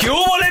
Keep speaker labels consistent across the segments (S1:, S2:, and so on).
S1: ¿Qué hubo, le,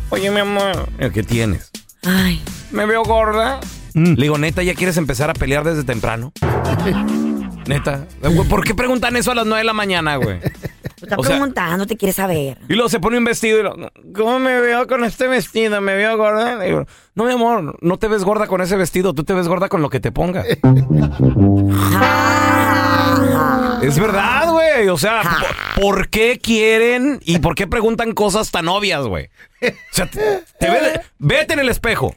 S1: Oye, mi amor. ¿Qué tienes?
S2: Ay,
S1: Me veo gorda. Le digo, neta, ¿ya quieres empezar a pelear desde temprano? neta. Güey, ¿Por qué preguntan eso a las 9 de la mañana, güey?
S2: tú estás
S1: O sea-
S2: preguntando, te quieres saber.
S1: Y luego se pone un vestido y lo, ¿cómo me veo con este vestido? ¿Me veo gorda? Le digo, no, mi amor, no te ves gorda con ese vestido, tú te ves gorda con lo que te pongas. es verdad, güey. O sea, po- ¿por qué quieren y por qué preguntan cosas tan obvias, güey? O sea, te, te ves- vete en el espejo.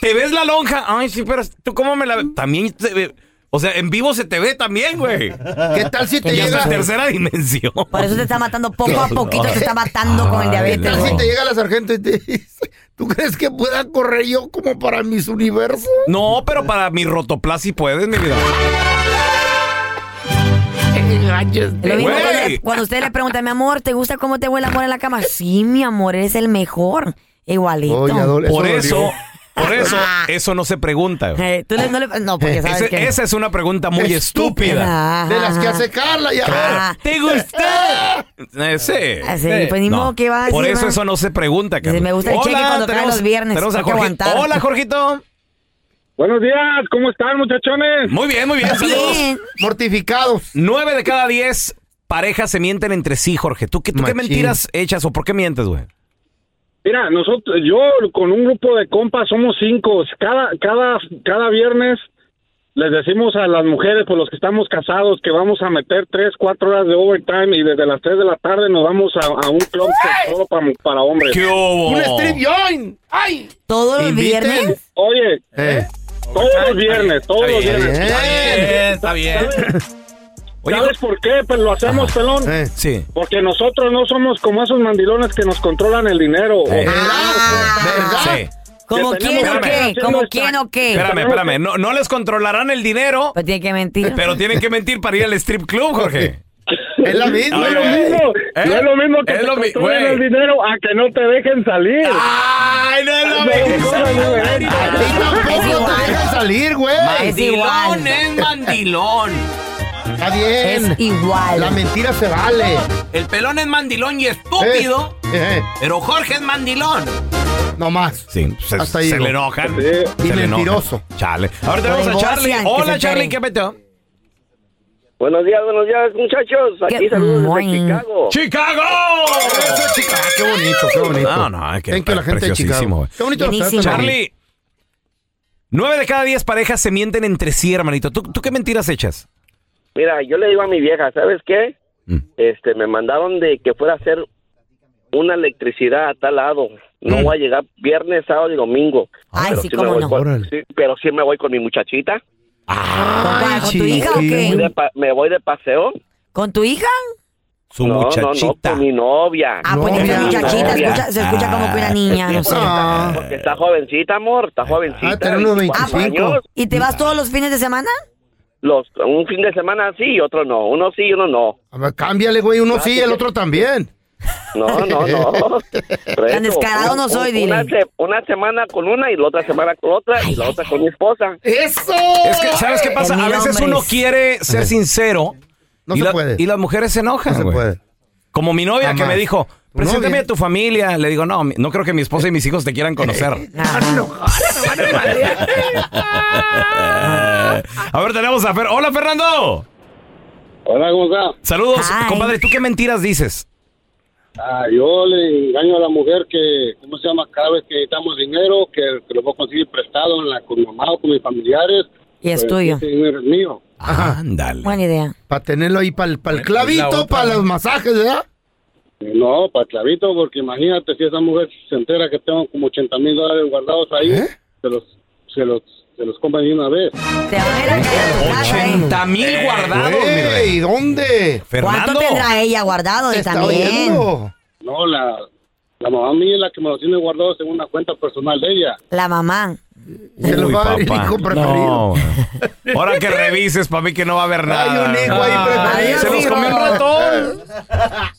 S1: ¿Te ves la lonja? Ay, sí, pero ¿tú cómo me la ves? También te ve- O sea, en vivo se te ve también, güey.
S3: ¿Qué tal si te
S1: Ya es la
S3: llega? ¿Qué
S1: tercera dimensión.
S2: Por eso te está matando poco a poquito, te está matando con el
S1: Ay,
S2: diabetes.
S3: tal
S1: no.
S3: si te llega la sargento y te dice, ¿tú crees que pueda correr yo como para mis universos?
S1: No, pero para mi rotoplas sí puedes, mi vida.
S2: Lo mismo
S1: Güey.
S2: cuando- cuando usted le pregunta, mi amor, ¿te gusta cómo te huele el amor en la cama? Sí, mi amor, eres el mejor. Igualito.
S3: Oye, Adol,
S1: Por eso,
S3: dolió.
S1: por eso, eso no se pregunta. güey.
S2: Eh, tú le- no, le- no, porque Ah. sabes
S1: Ese-
S2: que...
S1: esa es una pregunta muy estúpida.
S2: Estúpida.
S3: De las que hace
S4: Ah,
S3: Carla ya.
S2: Claro.
S1: ¿Te gusta? Eh, sí.
S2: Ah, sí,
S1: Sí.
S2: pues ni modo, ¿qué va a
S1: Por
S2: decir,
S1: eso
S2: va?
S1: eso no se pregunta, Carlos.
S2: me gusta el cheque cuando caen los viernes,
S1: tenemos a
S2: hay que
S1: Jorge.
S2: aguantar.
S1: Hola, Jorgito.
S5: Buenos días, ¿cómo están, muchachones?
S1: Muy bien, muy bien. saludos.
S2: Bien.
S3: Mortificados.
S1: Nueve de cada diez parejas se mienten entre sí, Jorge. ¿Tú, qué, tú qué
S3: Machín.
S1: mentiras echas o por qué mientes, güey?
S5: Mira, nosotros, yo con un grupo de compas somos cinco. Cada, cada, cada viernes les decimos a las mujeres, por los que estamos casados, que vamos a meter tres, cuatro horas de overtime y desde las tres de la tarde nos vamos a, a un club solo para, para hombres.
S1: ¿Qué hubo?
S3: Un strip join. ¡Ay!
S2: Todos los
S3: Inviten.
S2: viernes.
S5: Oye,
S3: Eh,
S5: todos los viernes, todos los
S1: Está bien,
S5: viernes.
S1: está bien, está bien. Oye, Ah.
S5: ¿Sabes
S1: Jorge,
S5: por qué? Pues lo hacemos, pelón.
S3: eh.
S1: sí.
S5: Porque nosotros no somos como esos mandilones que nos controlan el dinero.
S1: Eh.
S3: ¿Verdad? Ah,
S1: Sí.
S2: ¿Como
S5: Que
S2: Ah, quién o
S1: tenemos
S2: qué?
S5: que
S2: ¿Como
S5: hacer
S2: quién o qué?
S1: Espérame, espérame. No, no les controlarán el dinero,
S2: Pues tiene que mentir.
S1: pero tienen que mentir para ir al strip club, Jorge.
S3: Es la misma.
S6: No es lo
S3: güey.
S6: mismo.
S1: Eh,
S6: No es lo mismo que
S1: es
S6: te
S1: lo mi-
S6: controlen
S1: güey.
S6: el dinero a que no te dejen salir.
S1: ¡Ay, no es lo
S3: Y tampoco te dejan salir, güey.
S2: Es igual.
S1: Mandilón es mandilón.
S3: Está bien.
S2: Es igual.
S3: La mentira se vale.
S1: El pelón es mandilón y estúpido,
S3: Eh, eh,
S1: pero Jorge es mandilón.
S3: no más.
S1: Sí, se,
S3: Hasta ahí
S1: se
S3: llegó.
S1: le enojan.
S6: Sí.
S1: Se
S3: Y
S1: le enojan.
S3: mentiroso.
S1: Chale. Ahora tenemos a
S2: Negocian,
S1: Charlie.
S2: que se
S1: Hola,
S2: enteren.
S1: Charlie, ¿qué peteo?
S7: Buenos días, buenos días, muchachos. Aquí
S2: Good
S7: saludos desde
S2: morning.
S7: Chicago.
S1: ¡Chicago!
S3: Eso, chica. Ah, qué bonito, qué bonito.
S1: No, no, es que
S3: Thank you a la
S1: es
S3: gente de
S1: preciosísimo,
S3: Chicago.
S1: güey.
S3: Qué bonito los
S2: Buenísimo.
S3: tratan.
S1: Charlie. Nueve de cada diez parejas se mienten entre sí, hermanito. ¿Tú, tú qué mentiras echas?
S7: Mira, yo le digo a mi vieja, ¿sabes qué?
S1: Mm.
S7: Este, me mandaron de que fuera a hacer una electricidad a tal lado. No
S1: Mm.
S7: voy a llegar viernes, sábado y domingo.
S2: Ay,
S7: Pero
S2: sí,
S7: me
S2: cómo
S7: voy
S2: no.
S7: Con,
S3: Órale.
S7: sí, pero sí me voy con mi muchachita.
S2: ¿Con, cuál? ¿Con tu hija o
S7: Me voy de,
S2: qué?
S7: pa- me voy de paseo.
S2: ¿Con tu hija?
S1: Su
S7: no, no, no,
S1: muchachita.
S7: con mi novia.
S2: Ah, pues
S3: No,
S2: es una
S3: ya.
S2: muchachita.
S7: Ya.
S2: escucha- se escucha como que una niña, no sé.
S3: Ah,
S7: Porque está jovencita, amor, está jovencita.
S3: tener unos
S7: 24
S3: 25.
S7: años.
S2: ¿Y te vas todos los fines de semana?
S7: Los, un fin de semana sí y otro no. Uno sí y uno no.
S3: a ver, cámbiale, güey. Uno sí y el otro también.
S7: No, no, no.
S2: Tan descarado no soy, dile.
S7: Una, se- una semana con una y la otra semana con otra y la otra con mi esposa.
S3: ¡Eso!
S1: Es que, ¿sabes qué pasa?
S2: Con
S1: A
S2: mil
S1: veces
S2: hombres.
S1: uno quiere ser sincero.
S3: No
S1: y
S3: se
S1: la-
S3: puede.
S1: Y las mujeres se enojan,
S3: No se
S1: güey.
S3: puede.
S1: Como mi novia
S3: Jamás.
S1: que me dijo,
S3: ¿Tu
S1: preséntame
S3: novia?
S1: a tu familia. Le digo, no, mi- no creo que mi esposa y mis hijos te quieran conocer. a ver, tenemos a Fer. Hola, Fernando.
S6: Hola, ¿cómo está?
S1: Saludos.
S2: Hi.
S1: Compadre, ¿tú qué mentiras dices?
S6: Ah, yo le engaño a la mujer que, ¿cómo se llama? Cada vez que necesitamos dinero, que, que lo voy a conseguir prestado en la, con mi mamá o con mis familiares.
S2: Y es
S6: pues,
S2: tuyo.
S6: Ese dinero es mío.
S1: Ándale.
S2: Buena idea.
S3: Para tenerlo ahí para el, clavito,
S1: otra,
S3: para
S1: ¿no?
S3: los masajes, ¿verdad?
S6: Eh, No, para clavito, porque imagínate si esa mujer se entera que tengo como 80 mil dólares guardados ahí,
S3: ¿Eh?
S6: se los, se los, se los compran de una vez.
S2: Te van a ir a caer a tu casa, ¿eh?
S1: 80 mil guardados, mi rey.
S3: Güey, ¿dónde?
S1: Fernando.
S2: ¿Cuánto tendrá ella guardado?
S3: ¿Te
S2: Y
S3: está
S2: también.
S3: oyendo?
S6: No, la, la mamá mía es la que me los tiene guardados en una cuenta personal de ella.
S2: La mamá.
S3: Se lo
S1: Uy,
S3: va a dar el
S1: papá.
S3: hijo preferido.
S1: No. Ahora que revises, para mí que no va a haber
S3: Hay
S1: nada.
S3: un hijo ahí preferido.
S1: Se los comió un ratón.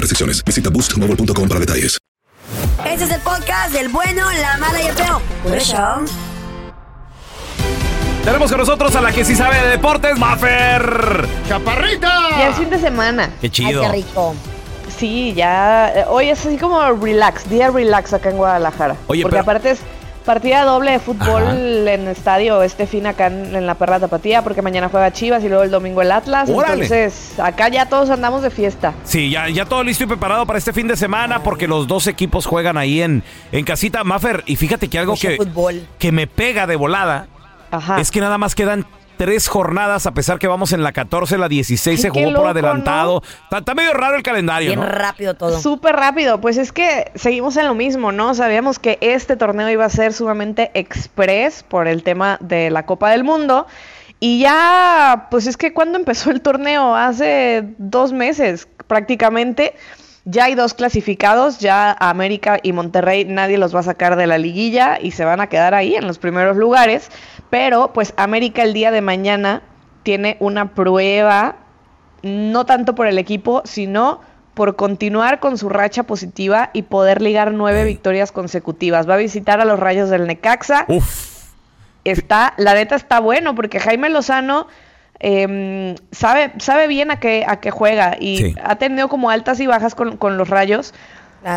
S8: restricciones. Visita boostmobile.com para detalles.
S2: Ese es el podcast del bueno, la mala y el feo. Por eso.
S1: Tenemos con nosotros a la que sí sabe de deportes, Maffer.
S4: Ya es fin de semana.
S1: Qué
S2: Ay,
S1: chido.
S2: qué rico.
S4: Sí, ya. eh, Hoy es así como relax, día relax acá en Guadalajara.
S1: Oye,
S4: Porque
S1: pero-
S4: aparte es partida doble de fútbol
S1: Ajá.
S4: en estadio este fin acá en, en la Perra Tapatía, porque mañana juega Chivas y luego el domingo el Atlas.
S1: Órale.
S4: Entonces, acá ya todos andamos de fiesta.
S1: Sí, ya, ya todo listo y preparado para este fin de semana porque los dos equipos juegan ahí en, en casita. Maffer, y fíjate que algo
S2: Mucho
S1: que,
S2: fútbol.
S1: que me pega de volada
S4: Ajá.
S1: es que nada más quedan tres jornadas a pesar que vamos en la 14, la 16 se
S4: Ay,
S1: jugó
S4: qué
S1: por
S4: loco,
S1: adelantado. Está, está medio raro el calendario,
S2: Bien
S1: ¿no?
S2: rápido todo.
S4: Súper rápido, pues es que seguimos en lo mismo, ¿no? Sabíamos que este torneo iba a ser sumamente express por el tema de la Copa del Mundo. Y ya, pues es que cuando empezó el torneo, hace dos meses prácticamente, ya hay dos clasificados, ya América y Monterrey nadie los va a sacar de la liguilla y se van a quedar ahí en los primeros lugares. Pero pues América el día de mañana tiene una prueba no tanto por el equipo, sino por continuar con su racha positiva y poder ligar nueve victorias consecutivas. Va a visitar a los Rayos del Necaxa.
S1: Uf.
S4: Está, la neta está bueno, porque Jaime Lozano eh, sabe, sabe bien a qué, a qué juega y
S9: Sí.
S4: ha tenido como altas y bajas con, con los rayos.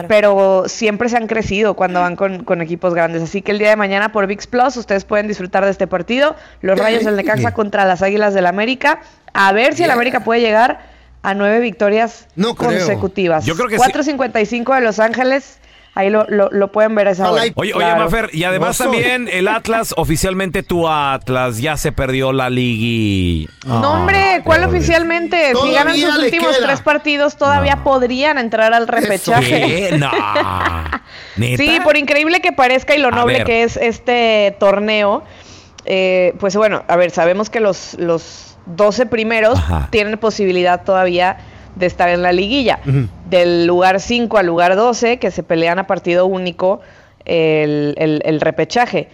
S4: Pero siempre se han crecido cuando van con, con equipos grandes. Así que el día de mañana por VIX Plus ustedes pueden disfrutar de este partido. Los Rayos del Necaxa contra las Águilas del América. A ver si el América puede llegar a nueve victorias
S10: creo.
S4: consecutivas.
S10: Yo creo que sí.
S4: 4.55 de Los Ángeles. Ahí lo, lo- lo pueden ver a esa hora.
S10: Oye, oye,
S4: Claro.
S10: Mafer, y además
S4: Hermoso.
S10: también el Atlas, oficialmente tu Atlas, ya se perdió la ligui.
S4: No, hombre, ¿cuál oficialmente? Si
S3: Todavía
S4: ganan sus
S3: le
S4: últimos
S3: queda.
S4: tres partidos, todavía podrían entrar al repechaje.
S10: ¿Qué? No. ¿Neta?
S4: Sí, por increíble que parezca y lo
S10: A
S4: noble
S10: ver.
S4: que es este torneo, eh, pues bueno, a ver, sabemos que los, los 12 primeros
S11: Ajá.
S4: tienen posibilidad todavía de estar en la liguilla.
S11: Ujú.
S4: Del lugar 5 al lugar 12, que se pelean a partido único el, el- el repechaje.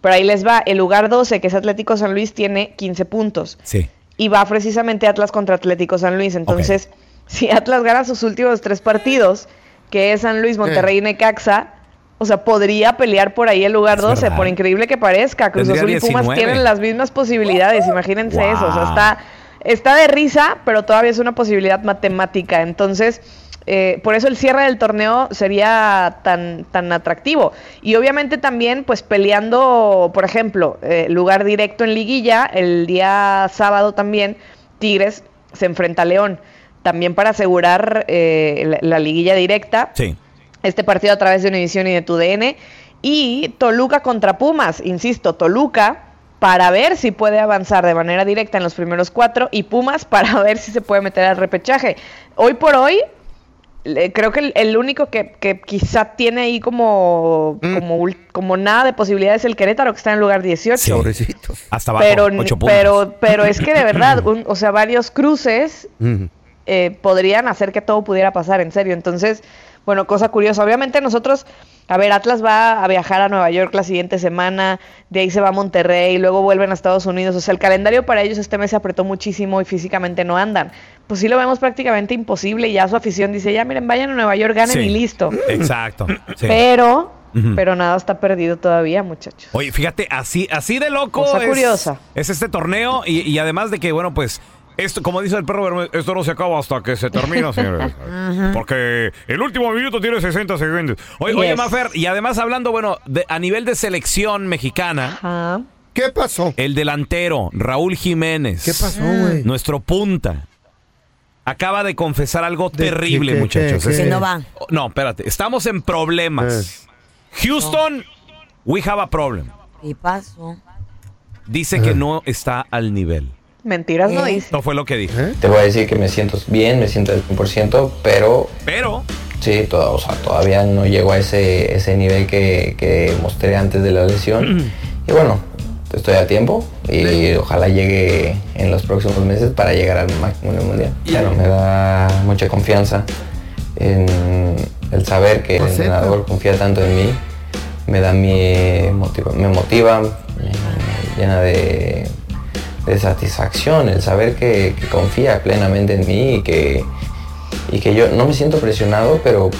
S4: Pero ahí les va, el lugar 12, que es Atlético San Luis, tiene 15 puntos.
S10: Sí.
S4: Y va precisamente Atlas contra Atlético San Luis. Entonces, si Atlas gana sus últimos tres partidos, que es San Luis, Monterrey y Necaxa, o sea, podría pelear por ahí el lugar 12, por increíble que parezca. Cruz
S11: Tendría
S4: Azul y Pumas
S11: 19.
S4: tienen las mismas posibilidades, imagínense
S11: Wow.
S4: eso. O sea, está, está de risa, pero todavía es una posibilidad matemática. Entonces, eh, por eso el cierre del torneo sería tan, tan atractivo. Y obviamente también, pues peleando, por ejemplo, eh, lugar directo en liguilla, el día sábado también, Tigres se enfrenta a León. También para asegurar eh, la- la liguilla directa,
S10: Sí.
S4: este partido a través de Univision y de TUDN. Y Toluca contra Pumas, insisto, Toluca para ver si puede avanzar de manera directa en los primeros cuatro y Pumas para ver si se puede meter al repechaje. Hoy por hoy, le- creo que el, el único que, que quizá tiene ahí como,
S10: Mm.
S4: como, ul- como nada de posibilidad es el Querétaro, que está en el lugar
S1: Ah,
S4: 18.
S10: Hasta abajo,
S4: Pero,
S10: ocho puntos.
S4: pero, pero es que de verdad, un- o sea, varios cruces
S3: Mm.
S4: eh, podrían hacer que todo pudiera pasar, en serio. Entonces, bueno, cosa curiosa. Obviamente nosotros, a ver, Atlas va a viajar a Nueva York la siguiente semana, de ahí se va a Monterrey, luego vuelven a Estados Unidos. O sea, el calendario para ellos este mes se apretó muchísimo y físicamente no andan. Pues sí lo vemos prácticamente imposible y ya su afición dice, ya miren, vayan a Nueva York, ganen
S10: Sí.
S4: y listo.
S10: Exacto. sí.
S4: Pero,
S10: Ujú.
S4: pero nada está perdido todavía, muchachos.
S10: Oye, fíjate, así, así de loco
S4: Cosa
S10: es,
S4: curiosa.
S10: es este torneo y, y además de que, bueno, pues, esto, como dice el perro, Bermúdez, esto no se acaba hasta que se termina, señores. Porque el último minuto tiene 60 segundos. Oye, oye,
S1: Yes.
S10: Mafer, y además hablando, bueno, de- a nivel de selección mexicana.
S3: ¿Qué pasó?
S10: El delantero, Raúl Jiménez. ¿Qué pasó,
S4: Mm.
S3: güey?
S10: Nuestro punta. Acaba de confesar algo terrible,
S3: qué,
S10: muchachos. Oh,
S3: qué, qué? Que no va.
S10: No, espérate. Estamos en problemas. Houston, we have a problem.
S2: ¿Qué pasó?
S10: Dice que no está al nivel.
S4: Mentiras no dice.
S10: No fue lo que dijo.
S3: ¿Eh?
S12: Te voy a decir que me siento bien, me siento al 100%, pero...
S10: Pero...
S12: Sí, todo, o sea, todavía no llego a ese, ese nivel que, que mostré antes de la lesión. Y bueno, estoy a tiempo y ojalá llegue en los próximos meses para llegar al máximo en el mundial. Claro, me da mucha confianza en el saber que el entrenador confía tanto en mí. Me da mi motiva, me motiva, me llena de, de satisfacción el saber que, que confía plenamente en mí y que, y que yo no me siento presionado, pero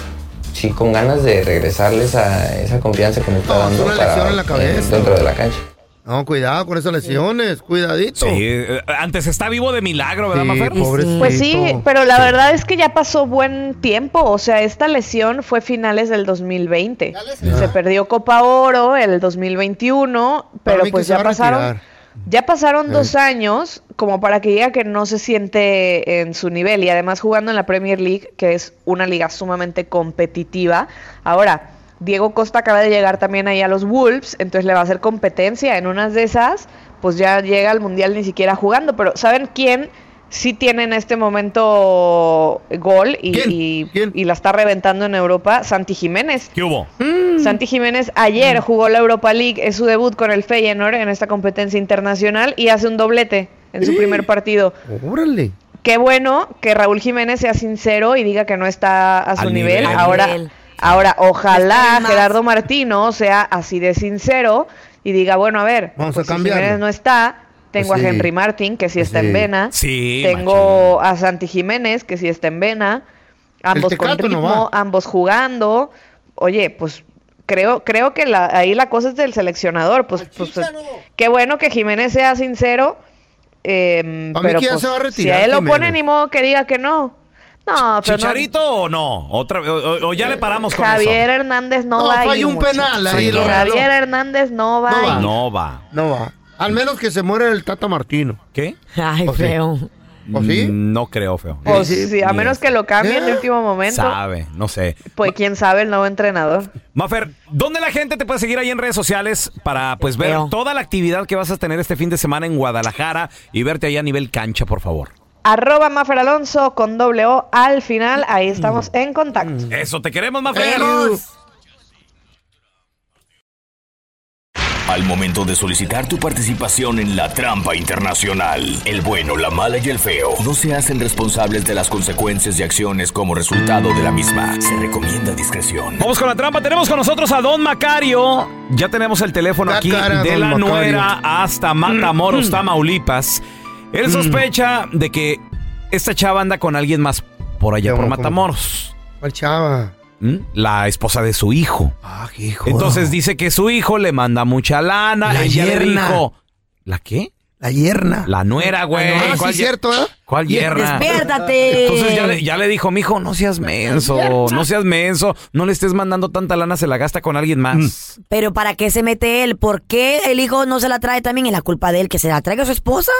S12: sí con ganas de regresarles a esa confianza que me está dando
S3: una
S12: para- eh,
S3: lesión en la cabeza.
S12: dentro de la cancha.
S3: No, cuidado con esas lesiones, cuidadito.
S10: Sí, eh, antes está vivo de milagro, ¿verdad,
S3: Sí,
S10: Mafer?
S3: pobrecito.
S4: Pues sí, pero la verdad es que ya pasó buen tiempo. O sea, esta lesión fue finales del 2020. Se perdió Copa Oro el 2021,
S3: Para
S4: pero
S3: mí que
S4: pues
S3: se va
S4: ya
S3: a
S4: pasaron,
S3: retirar.
S4: ya pasaron
S3: Eh.
S4: dos años como para que diga que no se siente en su nivel. Y además jugando en la Premier League, que es una liga sumamente competitiva. Ahora, Diego Costa acaba de llegar también ahí a los Wolves, entonces le va a hacer competencia. En unas de esas, pues ya llega al Mundial ni siquiera jugando. Pero ¿saben quién sí tiene en este momento gol y, y- y la está reventando en Europa? Santi Jiménez.
S10: ¿Qué hubo?
S4: Santi Jiménez ayer jugó la Europa League, es su debut con el Feyenoord en esta competencia internacional y hace un doblete en su primer partido.
S3: Órale.
S4: Qué bueno que Raúl Jiménez sea sincero y diga que no está a su
S3: Al
S4: nivel.
S3: nivel.
S4: Ahora,
S3: Al nivel.
S4: ahora
S2: Está
S4: ojalá
S2: bien más.
S4: Gerardo Martino sea así de sincero y diga, bueno, a ver, pues,
S3: Vamos a
S4: si
S3: cambiarlo.
S4: Jiménez no está, tengo
S3: Pues
S4: a
S3: sí.
S4: Henry Martin, que sí está
S3: Sí.
S4: en vena.
S3: Sí,
S4: tengo a Santi Jiménez, que sí está en vena. Ambos con
S3: Tecato
S4: ritmo,
S3: no va.
S4: ambos jugando. Oye, pues creo, creo que la- ahí la cosa es del seleccionador. Pues, pues, qué bueno que Jiménez sea sincero eh,
S1: A mí
S4: pero
S1: que ya
S4: pues,
S1: se va a
S4: si
S1: retirar
S4: a él lo
S1: Jiménez.
S4: pone, ni modo que diga que no. No, pero no-
S1: ¿Chicharito o no? ¿Otra, o, o- o ya le paramos con
S4: Javier Hernández no,
S3: No,
S4: va a ir.
S3: falló un
S4: muchacho.
S3: penal ahí, lo regaló.
S4: Javier Hernández no va
S3: No
S4: a
S3: va.
S4: ir.
S1: No va.
S3: No va. Al menos que se muera el Tata Martino.
S1: ¿Qué?
S2: Ay,
S3: ¿O sí?
S2: feo.
S1: eso?
S3: ¿O sí?
S1: No creo, feo.
S4: O si- Pues a menos que lo cambie
S1: Eh,
S4: en el último momento.
S1: Sabe, no sé.
S4: Pues quién sabe el nuevo entrenador.
S1: Mafer, ¿dónde la gente te puede seguir ahí en redes sociales para pues ver
S4: Veo.
S1: toda la actividad que vas a tener este fin de semana en Guadalajara y verte ahí a nivel cancha, por favor?
S4: Arroba Mafer Alonso con doble O al final. Ahí
S1: Mm.
S4: estamos en contacto.
S1: Eso, te queremos, Mafer.
S13: Al momento de solicitar tu participación en la trampa internacional, el bueno, la mala y el feo no se hacen responsables de las consecuencias y acciones como resultado de la misma. Se recomienda discreción.
S1: Vamos con la trampa. Tenemos con nosotros a Don Macario. Ya tenemos el teléfono
S13: La
S1: aquí
S13: cara,
S1: de
S13: don
S1: la
S13: Macario. Mm.
S1: nuera hasta Matamoros, Tamaulipas. Él sospecha de que esta chava anda con alguien más por allá, por
S3: ¿Cómo, cómo?
S1: Matamoros.
S3: ¿Cuál chava?
S1: ¿Mm? La esposa de su hijo.
S3: Ah, hijo.
S1: Entonces dice que su hijo le manda mucha lana.
S3: La
S1: Ella le
S3: yerna.
S1: dijo, ¿la qué?
S3: La yerna.
S1: La nuera, güey.
S3: Ah, sí,
S1: ¿Cuál
S3: es
S1: ye-
S3: cierto, ¿eh?
S1: ¿Cuál yerna?
S2: Despiértate.
S1: Entonces ya le, ya le dijo, mijo, no seas menso, no seas menso, no le estés mandando tanta lana, se la gasta con alguien más.
S2: Pero ¿para qué se mete él? ¿Por qué el hijo no se la trae también? ¿Es la culpa de él que se la traiga su esposa?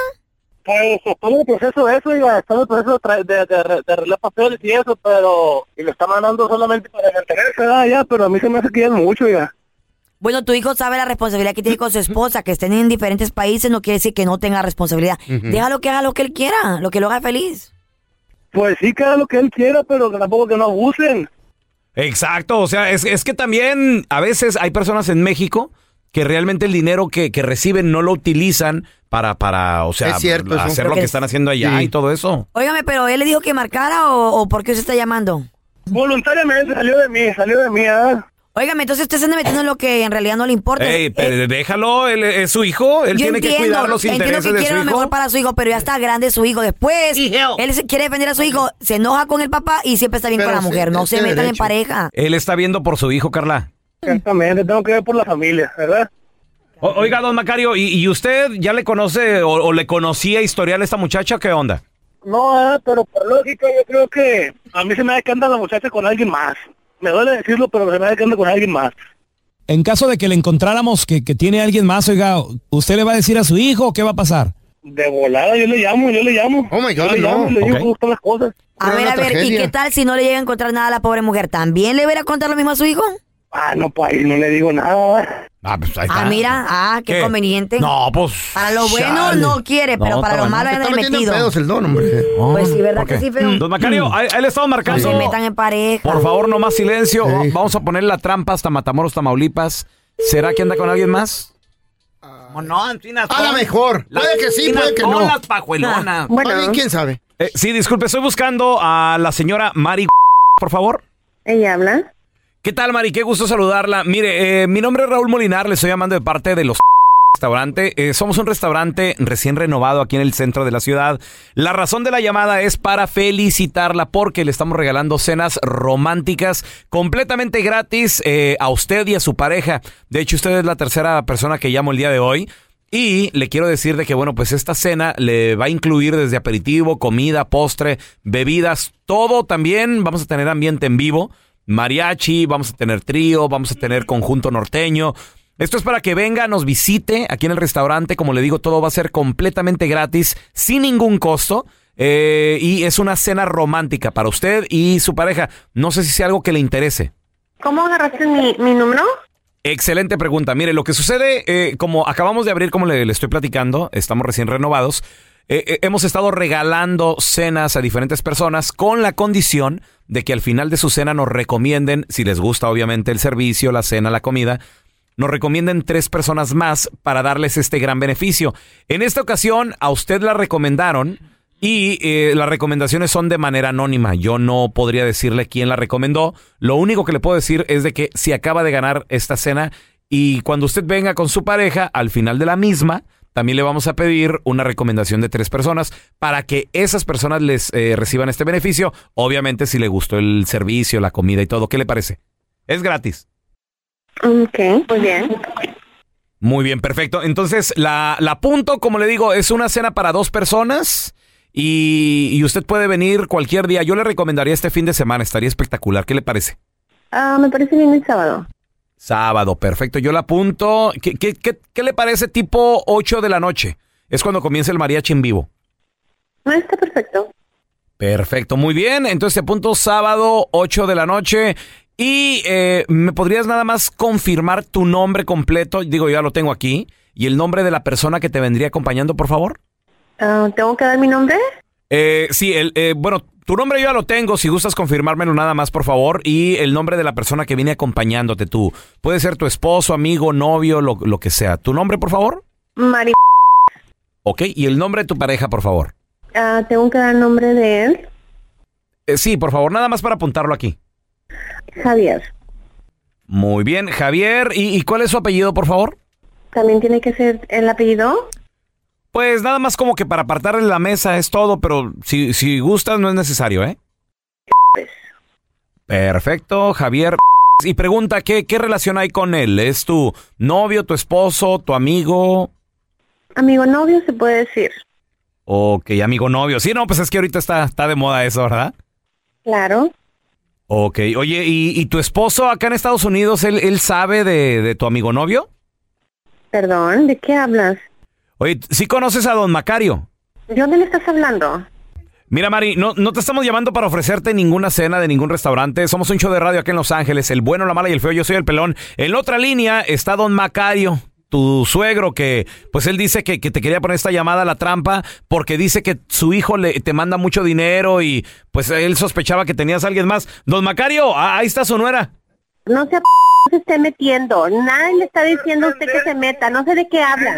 S9: Pues está en el proceso de eso, iba, está en el proceso tra- de, de, de, arreglar papeles y eso, pero... Y lo está mandando solamente para mantenerse, ¿verdad? ya, pero a mí se me hace que ya es mucho, ya.
S2: Bueno, tu hijo sabe la responsabilidad que tiene con su esposa, que estén en diferentes países no quiere decir que no tenga responsabilidad.
S9: Ujú.
S2: Déjalo que haga lo que él quiera, lo que lo haga feliz.
S9: Pues sí, que haga lo que él quiera, pero que tampoco que no abusen.
S3: Mm.
S1: Exacto, o sea, es, es que también a veces hay personas en México que realmente el dinero que, que reciben no lo utilizan para, para o sea,
S2: Es cierto, eso.
S1: hacer
S2: Creo
S1: lo
S2: que
S1: que están haciendo allá
S2: sí.
S1: y todo eso.
S2: Óigame, pero él le dijo que marcara o, o por qué se está llamando.
S9: Voluntariamente salió de mí, salió de mí, ¿ah?
S2: Óigame, entonces usted se anda metiendo en lo que en realidad no le importa.
S1: Ey, pero déjalo, él es su hijo, Eh, él
S2: eh, Yo
S1: tiene que cuidar los
S2: entiendo
S1: intereses
S2: que
S1: de
S2: quiere
S1: su
S2: lo
S1: hijo.
S2: mejor para su hijo, pero ya está grande su hijo. Después, él se quiere defender a su hijo, se enoja con el papá y siempre está bien
S9: Pero
S2: con la
S9: sí,
S2: mujer. No se
S9: tiene
S2: metan en
S9: derecho.
S2: pareja.
S1: Él está viendo por su hijo, Carla.
S9: Exactamente, tengo que ver por la familia, ¿verdad?
S1: O- oiga, don Macario, ¿y, y usted ya le conoce o, o le conocía historial a esta muchacha? ¿Qué onda?
S9: No, ah, pero por lógica yo creo que a mí se me da que anda la muchacha con alguien más. Me duele decirlo, pero se me da que anda con alguien más.
S11: En caso de que le encontráramos que, que tiene alguien más, oiga, ¿usted le va a decir a su hijo o qué va a pasar?
S9: De volada, yo le llamo, yo le llamo. Oh my yo le llamo, y le digo
S11: Ok.
S9: cómo están las cosas.
S2: A ver, a ver, ¿y qué tal si no le llega a encontrar nada a la pobre mujer? ¿También le verá a contar lo mismo a su hijo?
S9: Ah, no, pues ahí no le digo nada.
S1: Ah, pues ahí
S2: Ah, mira, ah, qué,
S9: ¿Qué?
S2: conveniente.
S1: No, pues.
S2: Para lo bueno
S1: chale.
S2: no quiere, pero
S1: No,
S2: para lo
S1: está
S2: malo anda
S1: bueno. Está metiendo
S2: metido.
S1: pedos
S3: el don, hombre.
S2: Pues sí, ¿verdad
S1: ¿Por
S2: que
S1: qué?
S2: sí, feo?
S1: Mm.
S2: Mm.
S1: Don Macario, ahí, ahí le estamos
S2: No
S1: marcando.
S2: se metan en pareja.
S1: Por favor, no más silencio. Va- Vamos a poner la trampa hasta Matamoros, Tamaulipas. ¿Será que anda con alguien más?
S3: No, A la mejor. Puede que sí, puede que no.
S1: Con las pajuelonas.
S3: Bueno. Oye, ¿quién sabe?
S1: Eh, sí, disculpe, estoy buscando a la señora Mari, por favor.
S14: Ella habla.
S1: ¿Qué tal, Mari? Qué gusto saludarla. Mire, eh, mi nombre es Raúl Molinar, le estoy llamando de parte de los restaurante. Eh, somos un restaurante recién renovado aquí en el centro de la ciudad. La razón de la llamada es para felicitarla porque le estamos regalando cenas románticas completamente gratis eh, a usted y a su pareja. De hecho, usted es la tercera persona que llamo el día de hoy. Y le quiero decir de que, bueno, pues esta cena le va a incluir desde aperitivo, comida, postre, bebidas, todo también. Vamos a tener ambiente en vivo, mariachi, vamos a tener trío, vamos a tener conjunto norteño. Esto es para que venga, nos visite aquí en el restaurante. Como le digo, todo va a ser completamente gratis, sin ningún costo. Eh, y es una cena romántica para usted y su pareja. No sé si sea algo que le interese.
S14: ¿Cómo agarraste mi, mi número?
S1: Excelente pregunta. Mire, lo que sucede, eh, como acabamos de abrir, como le, le estoy platicando, estamos recién renovados, eh, eh, hemos estado regalando cenas a diferentes personas con la condición de que al final de su cena nos recomienden, si les gusta obviamente el servicio, la cena, la comida, nos recomienden tres personas más para darles este gran beneficio. En esta ocasión, a usted la recomendaron. Y eh, las recomendaciones son de manera anónima. Yo no podría decirle quién la recomendó. Lo único que le puedo decir es de que si acaba de ganar esta cena y cuando usted venga con su pareja, al final de la misma, también le vamos a pedir una recomendación de tres personas para que esas personas les eh, reciban este beneficio. Obviamente si le gustó el servicio, la comida y todo. ¿Qué le parece? Es gratis.
S14: Ok, muy Mm, bien.
S1: Muy bien, perfecto. Entonces, la, la punto, como le digo, es una cena para dos personas y, y usted puede venir cualquier día. Yo le recomendaría este fin de semana, estaría espectacular. ¿Qué le parece?
S14: Ah, me parece bien el sábado.
S1: Sábado, perfecto. Yo la apunto. ¿Qué, qué, qué, qué le parece tipo 8 de la noche? Es cuando comienza el mariachi en vivo.
S14: Ah, está perfecto.
S1: Perfecto, muy bien. Entonces te apunto sábado 8 de la noche. Y eh, me podrías nada más confirmar tu nombre completo. Digo, ya lo tengo aquí. ¿Y el nombre de la persona que te vendría acompañando, por favor?
S14: Ah, ¿Tengo que dar mi nombre?
S1: Eh, sí, el, eh, bueno, tu nombre yo ya lo tengo. Si gustas confirmármelo nada más, por favor. Y el nombre de la persona que viene acompañándote tú. Puede ser tu esposo, amigo, novio, lo, lo que sea. ¿Tu nombre, por favor?
S14: Mari.
S1: Ok, y el nombre de tu pareja, por favor.
S14: Ah, ¿Tengo que dar el nombre de él?
S1: Eh, sí, por favor, nada más para apuntarlo aquí.
S14: Javier.
S1: Muy bien, Javier. ¿Y, y cuál es su apellido, por favor?
S14: ¿También tiene que ser el apellido?
S1: Pues nada más como que para apartar la mesa es todo, pero si, si gustas no es necesario, ¿eh? Perfecto, Javier. Y pregunta, ¿qué, ¿qué relación hay con él? ¿Es tu novio, tu esposo, tu amigo?
S14: Amigo novio se puede decir.
S1: Ok, amigo novio. Sí, no, pues es que ahorita está, está de moda eso, ¿verdad?
S14: Claro.
S1: Ok, oye, ¿y, y tu esposo acá en Estados Unidos, él, él sabe de, de tu amigo novio?
S14: Perdón, ¿de qué hablas?
S1: Oye, ¿sí conoces a don Macario?
S14: ¿De dónde le estás hablando?
S1: Mira, Mari, no, no te estamos llamando para ofrecerte ninguna cena de ningún restaurante. Somos un show de radio aquí en Los Ángeles, el bueno, la mala y el feo. Yo soy el pelón. En la otra línea está don Macario, tu suegro, que pues él dice que, que te quería poner esta llamada a la trampa porque dice que su hijo le, te manda mucho dinero y pues él sospechaba que tenías a alguien más. Don Macario, ah, ahí está su nuera.
S14: No se, ap- se esté metiendo. Nadie le está diciendo a usted que se meta. No sé de qué habla.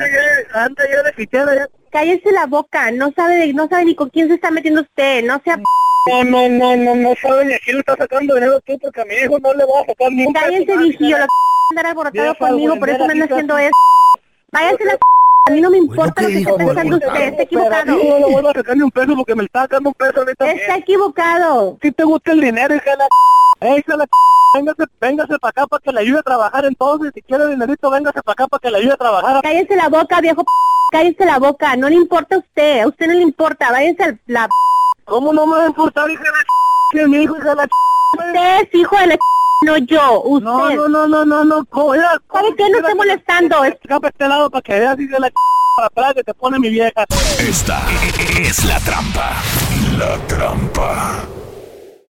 S9: Anda yo de fichera, ya.
S14: Cállese la boca. No sabe de- no sabe ni con quién se está metiendo usted. No sea...
S9: No, no, no, no, no sabe ni a quién le está sacando dinero tú porque a mi hijo no le va a sacar ni un
S14: Cállese,
S9: peso más,
S14: viejillo.
S9: ya.
S14: La andar alborotado
S9: Vieja
S14: conmigo. Por eso me andan
S9: buenera,
S14: haciendo
S9: hija.
S14: eso. Váyase la... A mí no me importa lo que está pensando usted. Está
S9: Pero a mí no le
S14: equivocado.
S9: vuelvo a sacar ni un peso porque me le está sacando un peso ahorita.
S14: Está equivocado.
S9: Si te gusta el dinero, hija de la... eh, hija de la... Véngase, véngase para acá para que le ayude a trabajar entonces. Si quiere dinerito, véngase para acá para que le ayude a trabajar.
S14: Cállese la boca, viejo. p- Cállese la boca. No le importa a usted. A usted no le importa. Váyase al... La...
S9: ¿Cómo no me va a importar, hija de la... Que mi hijo, hija de la...
S14: Usted es hijo de la... No yo. Usted.
S9: No, no, no, no, no, no. ¿Cómo? Mira,
S14: ¿Sabe qué? No estoy molestando. Es-
S9: acá para este lado para que veas hija de la... Para atrás que te pone mi vieja.
S13: Esta es la trampa. La trampa.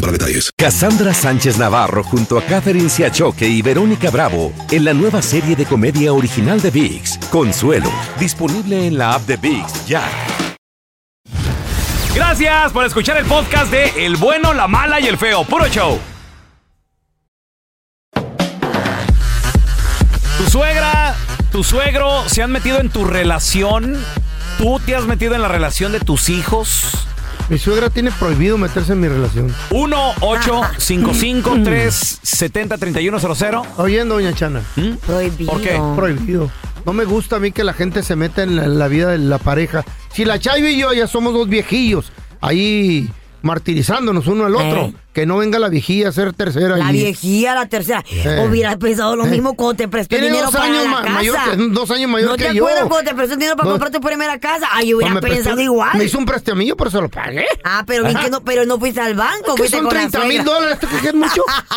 S8: para detalles.
S15: Cassandra Sánchez Navarro junto a Catherine Siachoque y Verónica Bravo en la nueva serie de comedia original de VIX, Consuelo, disponible en la app de VIX ya.
S1: Gracias por escuchar el podcast de El bueno, la mala y el feo. Puro show. Tu suegra, tu suegro se han metido en tu relación. Tú te has metido en la relación de tus hijos.
S3: Mi suegra tiene prohibido meterse en mi relación.
S1: 1 855 370 3100
S3: Oyendo, doña Chana.
S2: Prohibido.
S1: ¿Mm? ¿Por qué?
S3: Prohibido. No me gusta a mí que la gente se meta en la, en la vida de la pareja. Si la Chayo y yo ya somos dos viejillos, ahí martirizándonos uno al otro,
S2: Ey.
S3: que no venga la viejilla a ser tercera.
S2: Eh. La
S3: y-
S2: viejía, la tercera.
S3: Eh.
S2: Hubiera pensado lo mismo cuando te presté
S3: Tiene
S2: dinero
S3: dos
S2: para
S3: años
S2: la
S3: ma-
S2: casa.
S3: mayor que- dos años mayor
S2: ¿No
S3: que
S2: te
S3: yo.
S2: acuerdas cuando te presté dinero para
S3: No.
S2: comprar tu primera casa? Ay, hubiera
S3: Pues me
S2: pensado
S3: prestó-
S2: igual.
S3: Me hizo un prestamillo, pero se lo pagué.
S2: Ah, pero bien
S3: Ajá.
S2: que no, pero no fuiste al banco,
S3: que
S2: fuiste
S3: son
S2: con la
S3: 30 mil
S2: suegra.
S3: dólares, ¿tú crees que es mucho?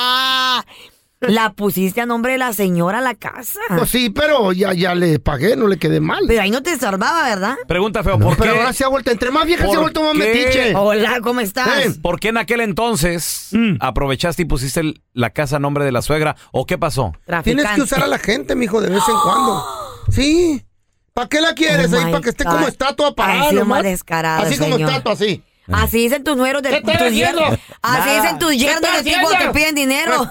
S2: La pusiste a nombre de la señora a la casa.
S3: Pues sí, pero ya, ya le pagué, no le quedé mal.
S2: Pero ahí no te salvaba, ¿verdad?
S1: Pregunta feo, ¿por
S3: Pero
S1: qué?
S3: ahora se ha vuelto, entre más vieja se ha
S1: ¿Por
S3: vuelto más
S1: qué?
S3: metiche.
S2: Hola, ¿cómo estás? Mm.
S1: ¿Por qué en aquel entonces aprovechaste y pusiste el- la casa a nombre de la suegra? ¿O qué pasó?
S3: Tienes que usar a la gente, mijo, de vez en cuando. Sí. ¿Para qué la quieres
S2: Oh
S3: ahí?
S2: my
S3: Para que esté
S2: God.
S3: como estatua
S2: Ha
S3: parada
S2: sido
S3: nomás.
S2: más descarada,
S3: Así como
S2: señor.
S3: estatua, así.
S2: Así dicen tus nueros de
S3: ¿Qué estás
S2: tus
S3: haciendo?
S2: yernos. Así
S3: Nada.
S2: dicen tus
S3: ¿Qué
S2: yernos de
S3: estás
S2: ti cuando te
S3: haciendo?
S2: piden dinero.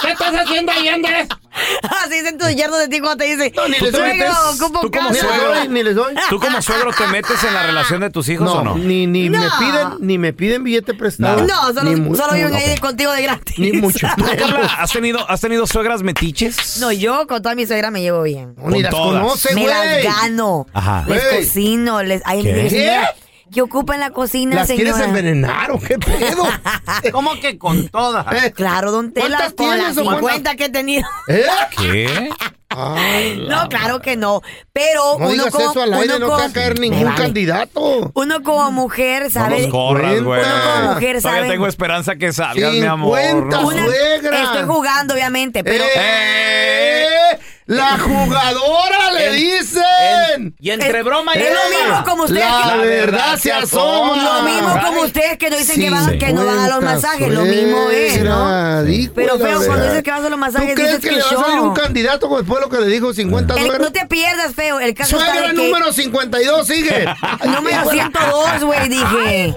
S16: ¿Qué estás haciendo ahí, Andrés?
S2: Así dicen tus yernos de ti cuando te dicen,
S1: Tú te
S2: suegro,
S1: metes-
S2: ocupo
S1: tú como
S2: casa".
S1: suegro,
S3: ni les doy.
S1: ¿Tú como suegro te metes en la relación de tus hijos
S3: No,
S1: o no?
S3: ni, ni
S2: No.
S3: me piden, ni me piden billete prestado.
S2: No, solo,
S3: ni mu-
S2: solo viven
S3: no.
S2: ahí contigo de gratis.
S3: Ni mucho.
S1: ¿Tú, Carla, ¿has tenido, ¿has tenido suegras metiches?
S2: No, yo con toda mi suegra me llevo bien.
S1: Con ni las todas. conoce,
S2: Me las
S1: güey.
S2: gano.
S1: Ajá.
S2: Les
S1: Güey.
S2: cocino, les. Ay,
S1: ¿Qué?
S2: digo, señora, ¿Qué ocupa en la cocina,
S3: ¿Las
S2: señora?
S3: quieres envenenar o qué pedo?
S2: ¿Cómo que con todas? Claro, don Tela,
S16: ¿Cuántas
S2: con las
S16: tienes o cuántas?
S2: 50 que he tenido.
S3: ¿Eh?
S1: ¿Qué?
S2: ¿Eh? No, claro que no. Pero
S3: No
S2: uno
S3: digas
S2: como
S3: eso al aire, no te va a caer ningún candidato.
S2: Uno como mujer
S1: No
S2: sabe.
S1: los corras, güey.
S2: como mujer,
S1: Todavía
S2: ¿saben?
S1: tengo esperanza que salgas, mi amor. No.
S2: Una- Estoy jugando, obviamente, pero.
S3: Eh,
S2: eh,
S3: ¡La jugadora le dicen!
S2: y entre broma y Es lo broma. mismo como ustedes
S3: La
S2: que-
S3: verdad se asoma.
S2: Lo mismo como ustedes que no dicen que, van, que no van a los masajes, lo mismo es, ¿no? Pero feo, cuando dices que vas a los masajes,
S3: ¿Tú crees
S2: dices
S3: que,
S2: que
S3: le va a
S2: yo.
S3: salir un candidato después de lo que le dijo
S1: Ah.
S3: 50
S2: El-
S3: suegras?
S2: no te pierdas, feo. El caso
S3: Suegra
S2: está de que-
S3: número 52, sigue.
S2: Número 102, güey, dije.
S3: Ay,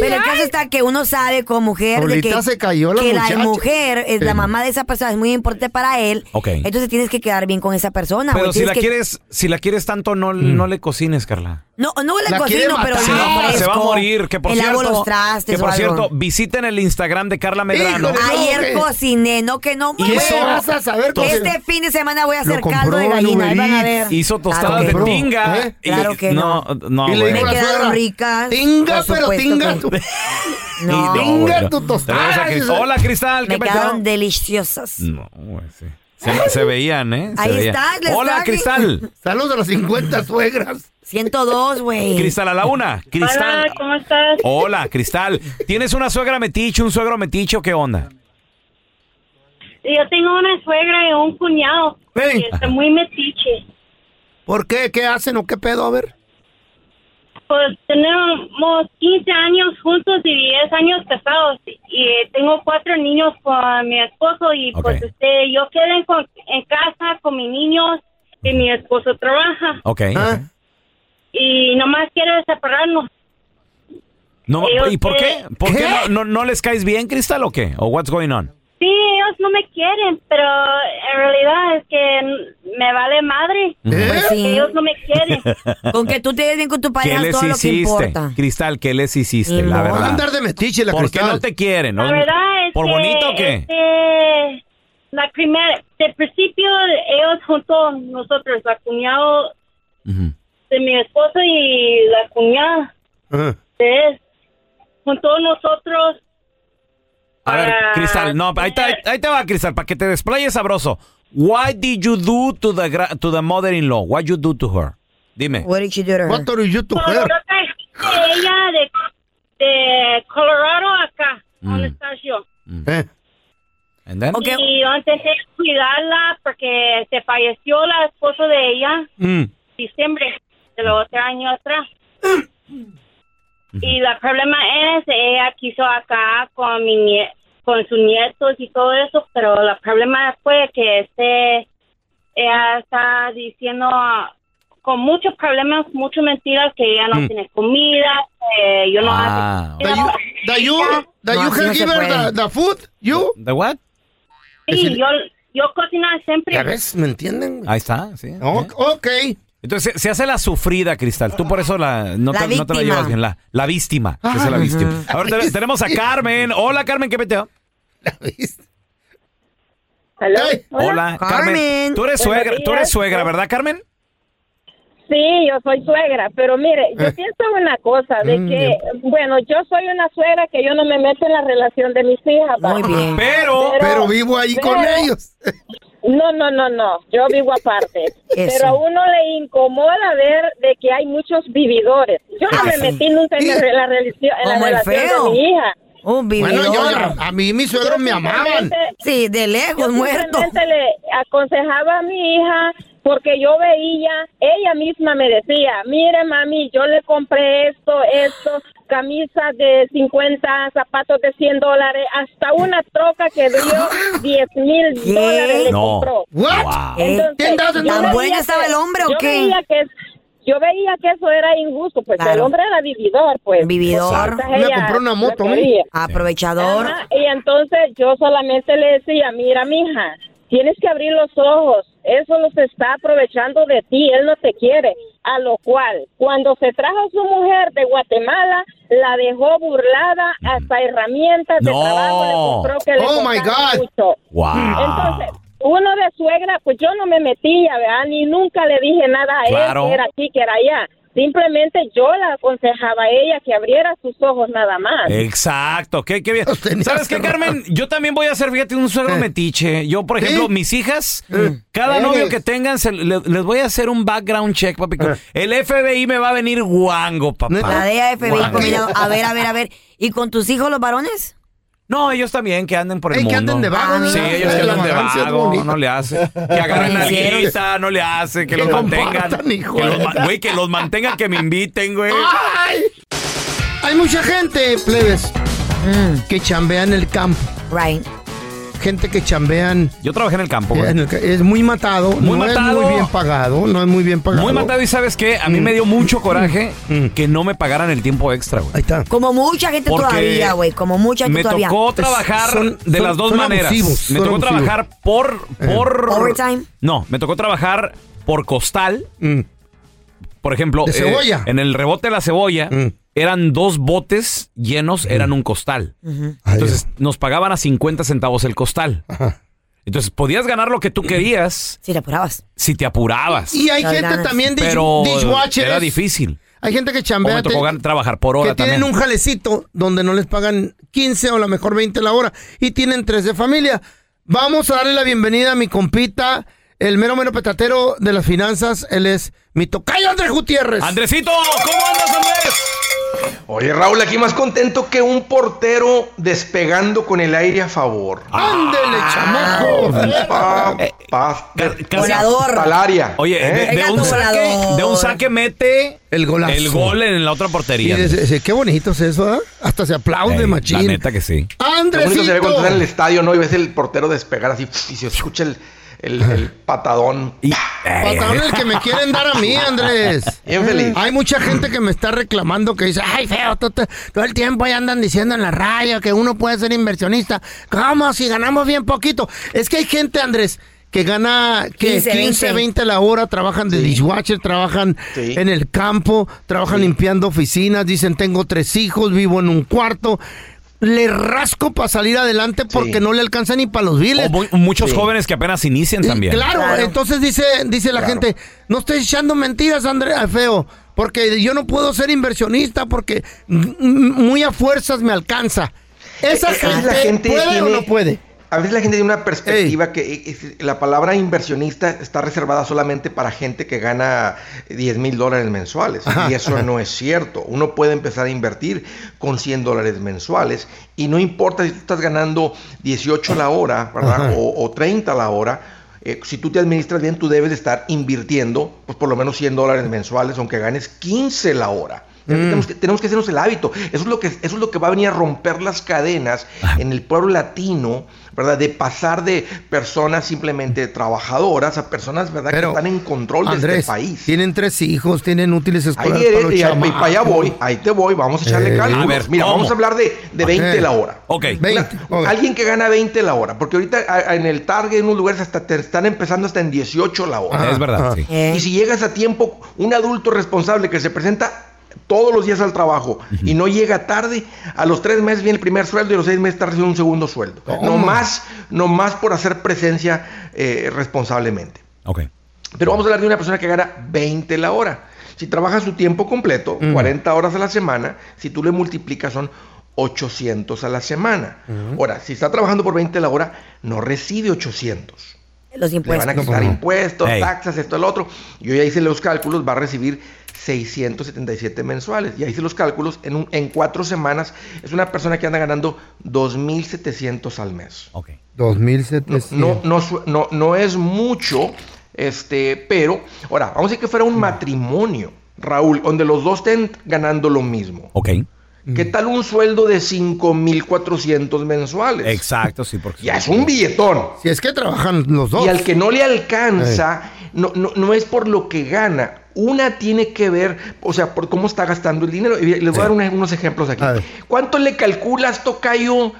S2: Pero el caso está que uno sabe como mujer de
S3: Solita
S2: que,
S3: se cayó la
S2: que
S3: muchacha.
S2: la mujer, es la
S1: Sí.
S2: mamá de esa persona, es muy importante para él.
S1: Ok.
S2: Entonces tienes que quedar bien con esa persona.
S1: Pero
S2: güey,
S1: si
S2: tienes
S1: la
S2: que-
S1: quieres, si la quieres tanto, no, no le cocines, Carla.
S2: No, no le
S1: La quiere
S2: cocino, pero
S1: matar.
S2: yo
S1: se, va,
S2: ofrezco.
S1: se va a morir. Que por
S2: Él
S1: cierto,
S2: lavo los trastes
S1: que por
S2: o algo.
S1: cierto, visiten el Instagram de Carla Medrano.
S2: Ayer cociné, no que no
S1: ¿Y
S2: güey.
S1: eso? Vas a saber cocinar.
S2: Este fin de semana voy a
S1: Lo
S2: hacer
S1: compró
S2: caldo de
S1: en
S2: gallina,
S1: Uber
S2: ahí van a
S1: Eats.
S2: ver.
S1: Hizo tostadas
S2: Claro
S1: de
S2: que no.
S1: tinga. Y-
S2: Claro que no.
S1: No, no,
S2: Y le
S1: güey.
S2: dijo Me la quedaron suegra, ricas.
S3: Tinga,
S2: Por
S3: pero
S2: supuesto
S3: tinga
S2: que-
S3: tu...
S1: Y no,
S3: tinga
S1: güey.
S3: tu
S1: Tenemos a
S3: tostada.
S1: Cris- Hola, Cristal. ¿qué
S2: Me
S1: peteo?
S2: quedaron deliciosas.
S1: No, güey, sí. Se, se veían, ¿eh? Se
S2: Ahí
S1: veían.
S2: está, les
S1: Hola,
S2: traje.
S1: Cristal.
S3: Saludos a las 50 suegras.
S2: 102, güey.
S1: Cristal a la una. Cristal.
S17: ¿cómo estás?
S1: Hola, Cristal. ¿Tienes una suegra metiche, un suegro metiche o qué onda?
S17: Yo tengo una suegra y un cuñado que está muy metiche.
S3: ¿Por qué? ¿Qué hacen o qué pedo? A ver.
S17: Pues tenemos 15 años juntos y 10 años casados. Y eh, tengo cuatro niños con mi esposo y pues este, yo quedo en, con- en casa con mis niños y mi esposo trabaja.
S1: Ok.
S17: Y nomás quiero separarnos.
S1: No,
S17: Ellos
S1: ¿Y por qué?
S17: que-
S1: ¿Por qué, no, no- no les caes bien, Cristal, o qué? ¿O what's going on?
S17: Sí, ellos no me quieren, pero en realidad es que n- me vale madre.
S2: ¿Eh?
S17: Pues
S2: Pues Sí.
S17: Ellos no me quieren.
S2: Con que tú te des bien con tu
S1: ¿Qué
S2: pareja es
S1: les
S2: todo lo que
S1: hiciste?
S2: importa.
S1: Cristal, ¿qué les hiciste?
S2: Ni
S1: La
S2: modo.
S1: verdad.
S2: Va a andar
S3: de metiche
S1: la ¿Por qué no te quieren?
S17: La
S1: ¿No?
S17: verdad es
S1: ¿Por
S17: que,
S1: bonito o qué?
S17: este, la primera, de principio ellos juntos nosotros, la cuñado de mi esposo y la cuñada de él, juntos nosotros
S1: A ver, Cristal, no, ahí te, ahí te va, Cristal, para que te desplayes sabroso. What did you do to the, gra- to the mother-in-law? What you do to her? Dime.
S2: What did you do to her?
S3: What did you do
S17: Pues, yo traje de ella de, de Colorado acá,
S1: Mm.
S17: donde está yo.
S1: Hum. And then?
S17: Y yo empecé a cuidarla porque se falleció la esposa de ella en diciembre de los otro año atrás. Y el problema es, ella quiso acá con mi nie- con sus nietos y todo eso, pero el problema fue que este, ella está diciendo ah, con muchos problemas, muchas mentiras, que ella no
S3: Mm.
S17: tiene comida, que yo no
S1: Ah.
S3: Da you, da you, da
S17: No,
S3: you
S17: así
S3: can
S17: no se
S3: give her
S17: puede.
S3: the, the food? You?
S1: ¿The what?
S17: Sí, yo, yo cocinaba siempre.
S3: ¿Ya ves? ¿Me entienden?
S1: Ahí está, sí.
S3: Ok.
S1: Entonces se, se hace la sufrida, Cristal. Tú por eso la, no,
S3: La
S1: te, no te la
S3: víctima.
S1: llevas bien. La, la víctima. Se hace la
S3: Ajá.
S1: víctima. A ver, te- tenemos a Carmen. Hola, Carmen, ¿qué peteo?
S3: Hey.
S1: Hola, Carmen. Tú eres
S18: Buenos
S1: suegra, tú eres
S18: días.
S1: suegra, ¿verdad, Carmen?
S18: Sí, yo soy suegra, pero mire, yo
S1: Eh.
S18: pienso una cosa, de
S1: Mm,
S18: que, bueno, yo soy una suegra que yo no me meto en la relación de mis hijas. Muy
S3: bien.
S1: Pero,
S3: pero vivo ahí con ellos.
S18: No, no, no, no, yo vivo aparte. pero a uno le incomoda ver de que hay muchos vividores. Yo no me metí nunca en la, re- la relación, en la
S2: Como el
S18: relación
S2: feo.
S18: de mi hija.
S2: Un
S3: Bueno,
S2: vividor.
S3: yo- a mí mis suegros me amaban.
S2: Sí, de
S18: yo
S2: lejos, muerto.
S18: simplemente le aconsejaba a mi hija porque yo veía, ella misma me decía, mire mami, yo le compré esto, esto, camisas de 50, zapatos de 100 dólares, hasta una troca que dio 10 mil dólares le
S16: No.
S18: compró.
S16: What?
S18: Entonces,
S16: ¿Qué andas en
S18: yo
S16: tan
S18: veía
S16: buena
S18: que-
S2: estaba el hombre o
S18: yo
S2: qué?
S18: veía que yo veía que eso era injusto, pues
S2: Claro.
S18: el hombre era vividor, pues.
S2: Vividor.
S18: Entonces ella
S2: ¿eh?
S18: le pedía.
S2: Aprovechador.
S18: Ajá, y entonces yo solamente le decía, mira, mija, tienes que abrir los ojos. Eso nos está aprovechando de ti, él no te quiere. A lo cual, cuando se trajo a su mujer de Guatemala, la dejó burlada hasta herramientas de
S16: No.
S18: trabajo. Le compró que le
S16: Oh, my
S18: costaron
S16: God.
S18: mucho.
S16: Wow.
S18: Entonces, uno de suegra, pues yo no me metía, ¿verdad? Ni nunca le dije nada a
S16: Claro.
S18: él, que era aquí, que era allá. Simplemente yo le aconsejaba a ella que abriera sus ojos nada más.
S1: Exacto, qué, qué bien. ¿Sabes qué, Carmen? Yo también voy a ser, fíjate, un
S3: Eh.
S1: suegro metiche. Yo, por ejemplo, mis hijas, cada novio que tengan, se- le- les voy a hacer un background check, papi.
S3: Eh.
S1: El FBI me va a venir guango, papá.
S2: La DFB
S1: Guango.
S2: combinado. A ver, a ver, a ver. ¿Y con tus hijos los varones? Ah,
S1: No, ellos también, que anden por el
S2: Ey,
S1: mundo.
S2: que anden de vago, ¿no?
S1: Ah, Sí, ellos que
S2: La
S1: anden de
S2: vagancia es
S1: vago,
S2: bonita.
S1: no le hace. Que agarren la lista, no le hace, que, los mantengan. que los ma- Güey, que los mantengan, que me inviten, güey.
S3: Ah. ¡Ay! Hay mucha gente, plebes, que chambean el campo.
S2: Mm. Right.
S3: Gente que chambean.
S1: Yo trabajé en el campo, güey.
S3: en el ca- Es muy matado,
S1: Muy
S3: no
S1: matado.
S3: es muy bien pagado, no es muy bien pagado.
S1: Muy matado y sabes qué, a mí me dio mucho coraje que no me pagaran el tiempo extra, güey. Ahí
S3: está.
S2: Como mucha gente
S1: Porque
S2: todavía, güey. Como mucha gente
S1: Me
S2: todavía. Pues,
S1: tocó trabajar de las dos maneras. me tocó trabajar por
S19: Eh.
S1: por
S2: Overtime.
S1: No, me tocó trabajar por costal. Por ejemplo,
S3: De
S1: eh,
S3: cebolla.
S1: en el rebote de la cebolla eran dos botes llenos, eran un costal. Entonces nos pagaban a 50 centavos el costal. Entonces podías ganar lo que tú querías.
S2: Si te apurabas.
S1: Si te apurabas.
S3: Y hay Las gente ganas. también dish-
S1: Pero
S3: dishwatchers.
S1: Era difícil.
S3: Hay gente que
S1: O
S3: chambea.
S1: me tocó gan- trabajar por hora
S3: que tienen
S1: también.
S3: un jalecito donde no les pagan 15 o a lo mejor 20 la hora y tienen tres de familia. Vamos a darle la bienvenida a mi compita, el mero mero petatero de las finanzas. Él es mi tocayo Andrés Gutiérrez.
S1: Andresito, ¿cómo andas, Andrés?
S19: Oye, Raúl, aquí más contento que un portero despegando con el aire a favor.
S3: ¡Ándele,
S1: Ah.
S19: chamaco! Paz, Al área.
S1: Eh, Oye,
S19: ¿eh?
S1: de, de un saque, de un saque mete
S3: el golazo.
S1: El gol en la otra
S3: Y
S1: portería.
S3: dice, dice, qué bonito es eso, ¿ah? Hasta se aplaude,
S1: Ey,
S3: machín.
S1: La neta que sí.
S19: Lo bonito sería
S3: ¡Andresito!
S19: cuando estás en el estadio, ¿no? Y ves el portero despegar así y se escucha el, el- el patadón.
S1: Eh.
S3: Patrón, el que me quieren dar a mí, Andrés.
S19: Bien feliz.
S3: Hay mucha gente que me está reclamando que dice, ay, feo, tú te- todo el tiempo ahí andan diciendo en la radio que uno puede ser inversionista. ¿Cómo? Si ganamos bien poquito. Es que hay gente, Andrés, que gana que 15,
S2: 15,
S3: 20.
S2: 20.
S3: la hora, trabajan de dishwasher, trabajan en el campo, trabajan limpiando oficinas, dicen, tengo tres hijos, vivo en un cuarto. Le rasco para salir adelante porque no le alcanza ni para los biles.
S1: O muy- muchos jóvenes que apenas inician también.
S3: Claro, entonces dice, dice la
S1: Claro.
S3: gente, no estoy echando mentiras, André, ah, feo, porque yo no puedo ser inversionista porque mm, mm, muy a fuerzas me alcanza. Esa
S19: Es que
S3: gente,
S19: la gente
S3: puede o
S19: tiene-
S3: no puede.
S19: A veces la gente tiene una perspectiva que eh, es- la palabra inversionista está reservada solamente para gente que gana 10 mil dólares mensuales. Y eso no es cierto. Uno puede empezar a invertir con 100 dólares mensuales y no importa si tú estás ganando 18 la hora, ¿verdad? O, o 30 la hora. eh, si tú te administras bien, tú debes de estar invirtiendo pues, por lo menos 100 dólares mensuales, aunque ganes 15 la hora.
S3: Mm.
S19: Tenemos que, tenemos que hacernos el hábito. Eso es, lo que, eso es lo que va a venir a romper las cadenas
S3: Ah.
S19: en el pueblo latino, ¿verdad? De pasar de personas simplemente trabajadoras a personas, ¿verdad?
S3: Pero,
S19: que están en control de
S3: Andrés,
S19: este país.
S3: tienen tres hijos, tienen útiles
S19: Ahí
S3: escolares
S19: eres,
S3: para los
S19: y, ahí- y para allá
S3: chamacos.
S19: voy, ahí te voy, vamos a echarle
S3: Eh,
S19: cálculos.
S3: a ver,
S19: Mira,
S3: ¿cómo?
S19: vamos a hablar de, de
S3: Ok.
S19: 20 la hora.
S1: Ok.
S19: Una- Alguien que gana 20 la hora, porque ahorita a- a- en el Target en unos lugares hasta te están empezando hasta en 18 la hora.
S1: Ajá, Ah, Es verdad, ajá. sí.
S19: Y si llegas a tiempo, un adulto responsable que se presenta todos los días al trabajo y no llega tarde, a los tres meses viene el primer sueldo y a los seis meses está recibiendo un segundo sueldo.
S1: Oh.
S19: No más, no más por hacer presencia eh, responsablemente.
S1: Ok.
S19: Pero vamos a hablar de una persona que gana 20 la hora. Si trabaja su tiempo completo, 40 horas a la semana, si tú le multiplicas son 800 a la semana. Ahora, si está trabajando por 20 la hora, no recibe 800.
S2: Los
S19: Le van a
S2: impuestos.
S19: quitar impuestos,
S2: Ey.
S19: taxas, esto, el otro. Yo ya hice los cálculos, va a recibir 677 mensuales. Ya hice los cálculos, en, un- en cuatro semanas es una persona que anda ganando 2.700 al mes.
S3: 2700.
S19: No, no, su- no, no es mucho, este, pero, ahora, vamos a decir que fuera un matrimonio, Raúl, donde los dos estén ganando lo mismo.
S1: Ok. Mm.
S19: ¿Qué tal un sueldo de 5.400 mensuales?
S1: Exacto, sí, porque...
S19: Ya es un billetón.
S3: Si es que trabajan los dos. Eh.
S19: Y al que no le alcanza, no, no, no es por lo que gana. Una tiene que ver, o sea, por cómo está gastando el dinero. Y les voy a dar unos, unos ejemplos aquí. ¿Cuánto le calculas, Tocayo?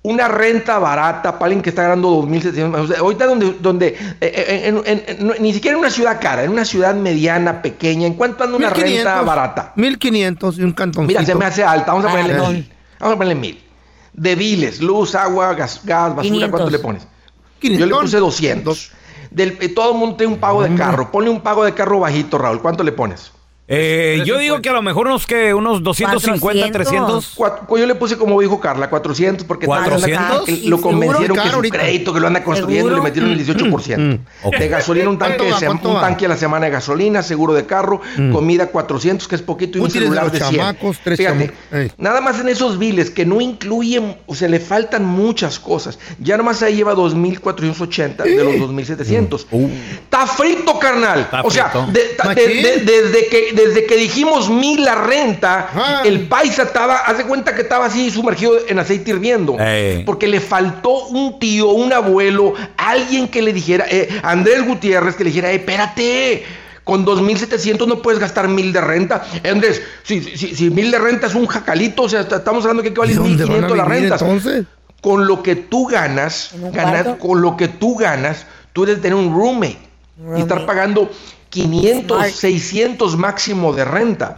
S19: una renta barata para alguien que está ganando 2.700. O sea, ahorita donde, donde eh, en- en- en- no, ni siquiera en una ciudad cara, en una ciudad mediana, pequeña, ¿en cuánto anda una
S3: 1500,
S19: renta barata?
S3: 1500 y un cantoncito.
S19: Mira, se me hace alta, vamos a ponerle
S3: Ah,
S19: mil. Vamos a ponerle mil. De biles, luz, agua, gas, gas basura,
S3: 500.
S19: ¿cuánto le pones? Yo le puse 200. Del, eh, todo el mundo tiene un pago de carro. Ponle un pago de carro bajito, Raúl. ¿Cuánto le pones?
S1: Eh, yo digo que a lo mejor unos que unos 250, 300.
S19: Cuat- pues, yo le puse como dijo Carla, 400 porque
S1: ¿Cuatrocientos?
S19: que
S1: Y
S19: lo
S1: seguro caro
S19: convencieron que es un
S1: ahorita.
S19: crédito que lo anda construyendo y le
S1: ¿Seguro?
S19: metieron el 18%.
S1: ok.
S19: De gasolina un tanque, de
S1: ¿Cuánto va?
S19: sem-
S1: ¿Cuánto
S19: un
S1: va? Mm.
S19: tanque a la semana de gasolina, seguro de carro, comida 400 que es poquito y un
S3: Útiles de
S19: celular
S3: los
S19: de 100.
S3: chamacos, tres
S19: Fíjate,
S3: chama- Ey.
S19: nada más en esos biles que no incluyen, o sea, le faltan muchas cosas. Ya nomás ahí lleva 2480 de los 2700. Está frito, carnal. o sea,
S1: Mm. Uh. frito.
S19: de- ta- de-
S1: Machín.
S19: de- desde, que, desde que dijimos mil la renta,
S1: Ah.
S19: el paisa estaba, hace cuenta que estaba así sumergido en aceite hirviendo.
S1: Eh,
S19: Porque le faltó un tío, un abuelo, alguien que le dijera, eh, Andrés Gutiérrez, que le dijera, eh, espérate. Con 2.700 no puedes gastar mil de renta. Andrés, si, si, si mil de renta es un jacalito, o sea, est- estamos hablando que hay que valer
S3: ¿Dónde van a
S19: 1.500 las
S3: vivir
S19: rentas
S3: entonces?
S19: con lo que tú ganas,
S3: un
S19: ganas-
S3: cuarto?
S19: con lo que tú ganas, tú debes tener un roommate, y estar pagando 500, 600 máximo de renta.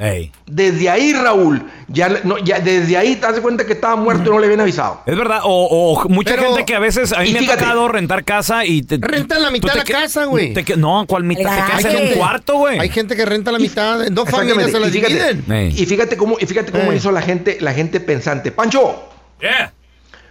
S19: Desde ahí, Raúl, ya, le- no, ya desde ahí te das cuenta que estaba muerto y no le habían avisado.
S1: Es verdad, o, o mucha
S19: Pero-
S1: gente que a veces a mí
S19: y
S1: me ha
S19: fíjate.
S1: tocado rentar casa y te
S3: Rentan la
S1: tú
S3: mitad
S1: te
S3: la
S1: que-
S3: casa, güey.
S1: te que- no, ¿cuál mitad? Te quedas en un cuarto, güey.
S3: Hay gente que renta la mitad, en dos familias
S19: Exactamente.
S3: se la
S19: y fíjate,
S3: dividen.
S19: y fíjate cómo, y fíjate cómo
S3: Eh.
S19: hizo la gente, la gente pensante. Pancho,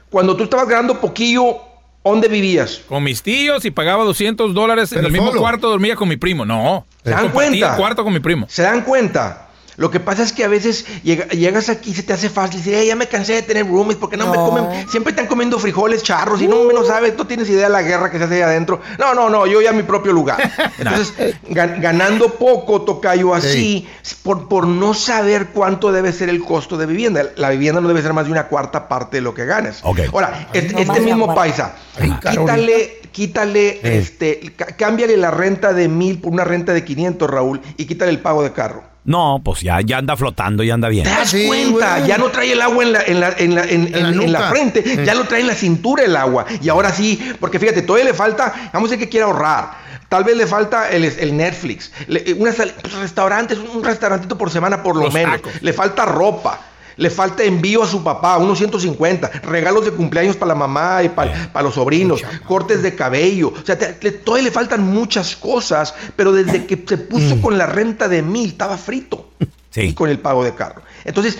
S19: cuando tú estabas ganando poquillo, ¿dónde vivías?
S16: Con mis tíos y pagaba 200 dólares en
S19: Pero
S16: el mismo
S19: solo.
S16: cuarto, dormía con mi primo. No.
S19: ¿Se dan
S16: Compartía
S19: cuenta?
S16: cuarto con mi primo.
S19: ¿Se dan cuenta? Lo que pasa es que a veces llega- llegas aquí y se te hace fácil decir, "Ey, ya me cansé de tener roomies porque no, me
S16: No. Uh.
S19: comen, siempre están comiendo frijoles, charros y no menos sabes, no tienes idea de la guerra que se hace ahí adentro. No, no, no, yo ya mi propio lugar. Entonces, gan- ganando poco, tocayo así, por, por no saber cuánto debe ser el costo de vivienda. La vivienda no debe ser más de una cuarta parte de lo que ganas. Ahora, este,
S16: no
S19: este
S16: más la
S19: mismo
S16: cuarta.
S19: paisa, quítale, quítale,
S16: Eh.
S19: este, ca- cámbiale la renta de mil por una renta de 500, Raúl, y quítale el pago de carro.
S1: No, pues ya, ya anda flotando, ya anda bien.
S19: ¿Te das cuenta? Ya no trae el agua en la, en la, en la- en- en- en la
S1: nuca.
S19: frente,
S1: Eh.
S19: ya lo trae en la cintura el agua. Y ahora sí, porque fíjate, todavía le falta, vamos a decir que quiere ahorrar. Tal vez le falta el, el Netflix, le- eh, unas sal- pues, restaurantes, un un restaurantito por semana por lo
S16: Los
S19: menos.
S16: tacos.
S19: Le falta ropa. Le falta envío a su papá, unos 150, regalos de cumpleaños para la mamá y para, para los sobrinos, cortes de cabello. O sea, te- le- todavía le faltan muchas cosas, pero desde que se puso con la renta de mil, estaba frito y con el pago de carro. Entonces,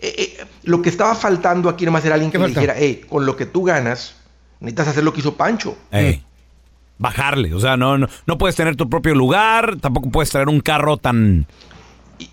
S19: eh, eh, lo que estaba faltando aquí nomás era alguien que le
S1: falta?
S19: dijera, hey, con lo que tú ganas, necesitas hacer lo que hizo Pancho.
S1: Ey, Bajarle, o sea, no, no, no puedes tener tu propio lugar, tampoco puedes traer un carro tan,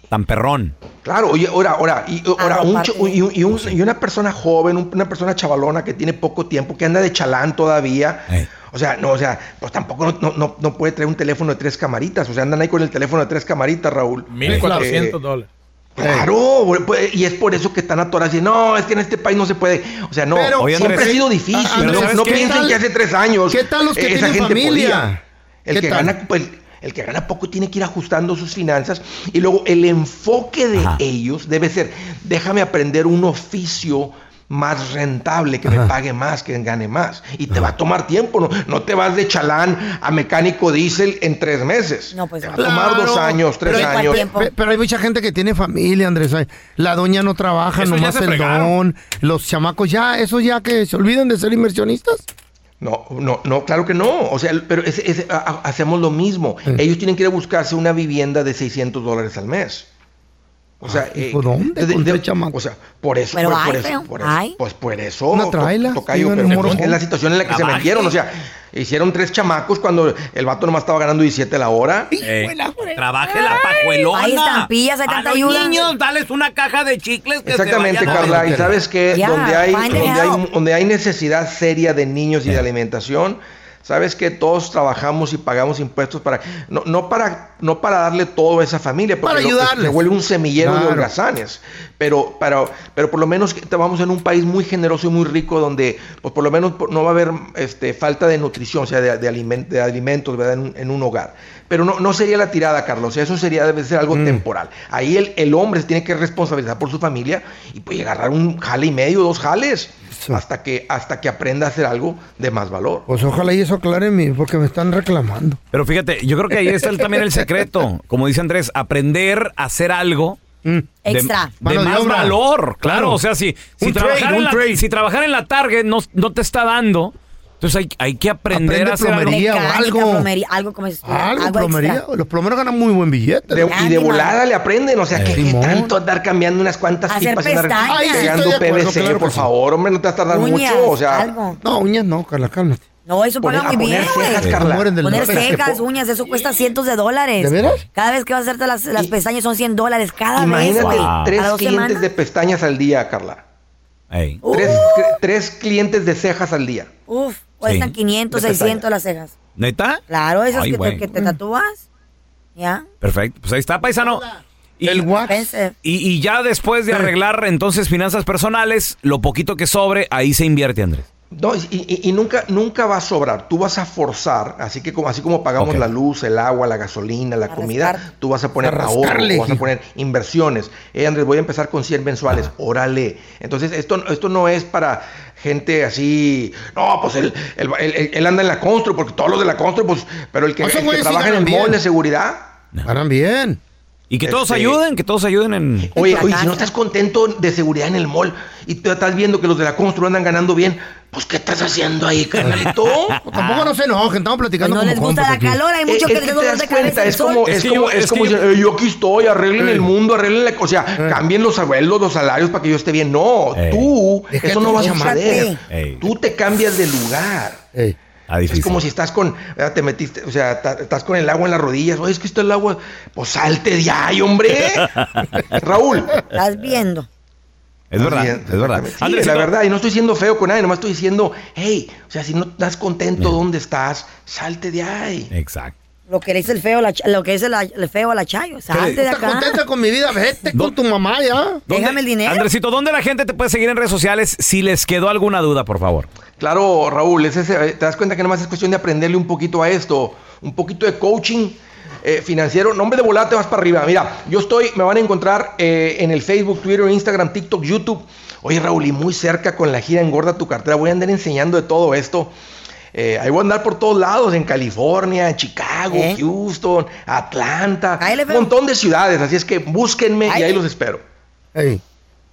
S1: tan perrón.
S19: Claro, oye, ahora, ahora, y, ahora un
S1: Arroparte.
S19: cho- y un- y un- y una persona joven, un- una persona chavalona que tiene poco tiempo, que anda de chalán todavía. O sea, no, o sea, pues tampoco no- no, no, no puede traer un teléfono de tres camaritas. O sea, andan ahí con el teléfono de tres camaritas, Raúl.
S16: 1400
S19: Eh,
S16: dólares.
S19: Claro, pues, y es por eso que están atorados y no, es que en este país no se puede. O sea, no,
S3: Pero, oye,
S19: siempre
S3: Andrés,
S19: ha sido difícil.
S3: ah, Andrés,
S19: no no
S3: ¿qué
S19: piensen
S3: tal-
S19: que hace tres años.
S3: qué tal los que
S19: eh, esa
S3: tienen
S19: gente
S3: familia?
S19: podía. El
S3: ¿Qué
S19: que,
S3: tal?
S19: gana, pues, el que gana poco tiene que ir ajustando sus finanzas y luego el enfoque de ellos debe ser, déjame aprender un oficio más rentable, que me pague más, que gane más. Y te va a tomar tiempo, no, no te vas de chalán a mecánico diésel en tres meses. te va a tomar
S3: Claro,
S19: dos años, tres
S3: pero-
S19: años.
S3: pe- pe- Pero hay mucha gente que tiene familia, Andrés. ay, La doña no trabaja,
S19: Eso ya
S3: nomás
S19: se
S3: el
S19: fregaron.
S3: don. Los chamacos ya, eso ya que se olviden de ser inversionistas.
S19: No, no, no, claro que no. O sea, pero es- es- ha- ha- hacemos lo mismo.
S3: Mm.
S19: Ellos tienen que ir a buscarse una vivienda de 600 dólares al mes. O sea, eh,
S3: Ah, ¿dónde?
S19: de-
S3: Con
S19: de-
S3: tres
S19: o sea, por eso,
S3: Pero
S19: por,
S3: hay,
S19: por eso,
S3: creo,
S19: por eso,
S3: hay.
S19: pues por eso,
S3: Una
S19: to-
S3: tráela, vive
S19: tocayo,
S3: en
S19: pero pues,
S3: un
S19: es
S3: morro.
S19: que es la situación en la que se
S3: Trabaje.
S19: metieron, o sea, hicieron tres chamacos cuando el vato nomás estaba ganando 17 la hora.
S1: Eh, Trabaje la pajuelona.
S2: Hay estampillas, hay
S1: A
S2: tanta
S1: los
S2: ayuda.
S1: niños, dales una caja de chicles que se
S19: Exactamente,
S1: vayan a-
S19: Carla. Y sabes que
S1: Ya,
S19: donde, hay,
S1: find
S19: donde,
S1: it
S19: hay,
S1: out.
S19: donde hay necesidad seria de niños y de alimentación, sabes que todos trabajamos y pagamos impuestos para no, no para no para darle todo a esa familia, porque
S3: Para
S19: lo-
S3: ayudarles.
S19: se vuelve un semillero
S3: Claro.
S19: de holgazanes. Pero, pero, pero por lo menos que estamos en un país muy generoso y muy rico donde pues por lo menos por- no va a haber este, falta de nutrición, o sea, de, de alimen- de alimentos ¿verdad? En, un, en un hogar. Pero no, no sería la tirada, Carlos. Eso sería, debe ser
S3: Mm.
S19: algo temporal. Ahí el, el hombre se tiene que responsabilizar por su familia y pues agarrar un jale y medio, dos jales, hasta, que, hasta que aprenda a hacer algo de más valor.
S3: Pues ojalá y eso aclare mi- porque me están reclamando.
S1: Pero fíjate, yo creo que ahí está el- también el secreto. Como dice Andrés, aprender a hacer algo. de-
S2: Extra.
S1: De,
S2: Mano de
S1: más
S2: obra.
S1: valor, claro.
S2: Claro.
S1: O sea, si, si
S2: Un
S1: trabajar
S2: trade,
S1: en
S2: un
S1: la, si trabajar en la Target no, no te está dando, entonces hay, hay que aprender
S3: Aprende
S1: a hacer
S3: plomería o
S1: algo.
S3: algo.
S2: Plomería, algo como es-
S3: Algo,
S2: algo
S3: plomería.
S2: extra.
S3: Los plomeros ganan muy buen billete.
S19: De- y de volada le aprenden, o sea, que que tanto andar cambiando unas cuantas
S3: Hacer
S19: pipas y andar
S3: pestañas. Ay, sí,
S19: pegando
S3: estoy de acuerdo,
S19: PVC,
S3: claro que
S19: por
S3: sí.
S19: favor, hombre, no te vas a tardar mucho, o sea,
S3: No, uñas no, Carla, cálmate.
S19: Ah.
S2: No, eso paga
S3: Poner- a
S2: muy bien,
S3: poner
S2: güey.
S3: cejas, Carla. Mueren del
S2: Poner
S3: dolor.
S2: cejas, uñas, eso cuesta cientos de dólares.
S19: ¿De veras?
S2: Cada vez que vas a hacerte las, las pestañas son 100 dólares cada
S19: imagínate
S2: vez. güey.
S19: tres
S2: Cada dos
S19: clientes
S2: semanas.
S19: de pestañas al día, Carla. Tres, tres clientes de cejas al día.
S2: Uf, cuestan
S19: Sí.
S2: 500,
S19: De pestañas.
S2: 600 las cejas.
S1: ¿Neta?
S2: Claro, esas
S1: Ay,
S2: que,
S1: güey.
S2: te, que te tatúas. ¿Ya?
S1: Perfecto. Pues ahí está, paisano. Y,
S2: Pense.
S1: y- y ya después de arreglar entonces finanzas personales, lo poquito que sobre, ahí se invierte, Andrés.
S19: No, y, y- y nunca, nunca va a sobrar. Tú vas a forzar, así que como así como pagamos
S1: Ok.
S19: la luz, el agua, la gasolina, la comida, tú vas a poner
S1: A
S19: ahorro,
S1: rascarle,
S19: vas a
S1: hijo.
S19: poner inversiones. Eh, Andrés, voy a empezar con 100 mensuales. Órale. Entonces, esto, esto no es para gente así. No, pues él, él, él- él- él anda en la constru, porque todos los de la constru, pues, pero el que,
S3: Esos
S19: el que
S3: güeyes sí
S19: trabaja en
S3: ganan
S19: el mall
S3: bien.
S19: de seguridad.
S3: Ganan bien.
S1: Y que todos
S19: Este-
S1: ayuden, que todos ayuden en...
S19: Oye, oye, si no estás contento de seguridad en el mall y tú estás viendo que los de la constru andan ganando bien, pues ¿qué estás haciendo ahí, carnalito?
S1: Pues
S3: Tampoco no se enojen, estamos platicando
S19: Pues
S3: como
S19: No les gusta
S3: compas
S19: la
S3: aquí.
S19: calor, hay muchos Eh, que es les que da te dolor das de cabeza cuenta, el es sol. como- es como- es como dicen, "Eh, yo Eh. aquí estoy, arreglen el mundo, arreglen la... O sea, cambien los abuelos, los salarios para que yo esté bien. No, tú,
S3: Déjate
S19: eso no vas a
S3: enfócate.
S19: suceder. Tú te cambias de lugar. Es como si estás con, ¿verdad? te metiste, o sea, ta- estás con el agua en las rodillas. Oye, es que está el agua. Pues salte de ahí, hombre. Raúl.
S2: Estás viendo.
S1: Es verdad, es verdad.
S19: Sí, la verdad, y no estoy siendo feo con nadie, nomás estoy diciendo, hey, o sea, si no estás contento donde estás, salte de ahí.
S1: Exacto.
S2: Lo que le dice el feo, a la, cha- lo que dice la- el feo a la chayo. Salte de
S3: ¿Estás
S2: acá.
S3: contenta con mi vida? Vete con tu mamá ya.
S1: ¿Dónde- Andresito, ¿dónde la gente te puede seguir en redes sociales si les quedó alguna duda, por favor?
S19: Claro, Raúl, es ese- eh, te das cuenta que nomás es cuestión de aprenderle un poquito a esto, un poquito de coaching eh, financiero. Nombre de volate, vas para arriba. Mira, yo estoy, me van a encontrar eh, en el Facebook, Twitter, Instagram, TikTok, YouTube. Oye, Raúl, y muy cerca con la gira Engorda tu cartera, voy a andar enseñando de todo esto. Eh, ahí voy a andar por todos lados, en California, en Chicago, Houston, Atlanta, un montón de ciudades. Así es que búsquenme y ahí los espero.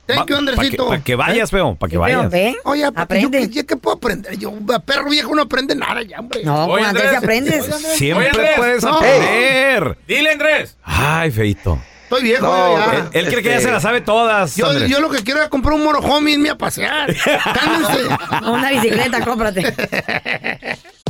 S3: Thank you, Andresito. ¿Eh?
S1: Para que vayas, feo, para que vayas.
S3: Oye, papi, yo, qué- yo qué puedo aprender? Yo, perro viejo, no aprende nada ya, hombre.
S2: No,
S19: pues,
S1: Oye, Andrés, Siempre puedes
S3: No.
S1: aprender.
S16: Dile, Andrés.
S1: Ay, feito.
S3: Estoy viejo
S1: No,
S19: eh,
S3: ya.
S1: él- él cree que ya
S19: este,
S1: se la sabe todas,
S3: Yo,
S1: Andrés.
S3: yo lo que quiero es comprar un moro homie y irme a pasear. Cálmense.
S2: Una bicicleta, cómprate.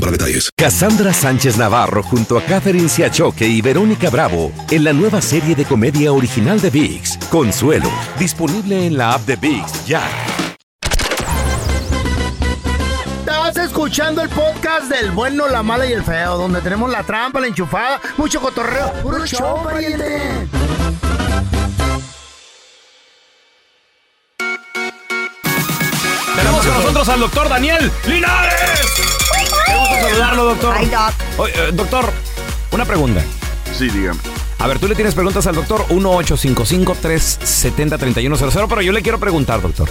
S8: para detalles.
S15: Cassandra Sánchez Navarro junto a Catherine Siachoque y Verónica Bravo en la nueva serie de comedia original de VIX, Consuelo, disponible en la app de VIX ya.
S3: Estás escuchando el podcast del bueno, la mala y el feo, donde tenemos la trampa, la enchufada, mucho cotorreo. ¡Puro show, pariente!
S1: Tenemos con nosotros al doctor Daniel Linares. Qué gusto saludarlo, doctor. Oye, eh, doctor, una pregunta.
S20: Sí, dígame.
S1: A ver, tú le tienes preguntas al doctor 1-855-370-3100, pero yo le quiero preguntar, doctor.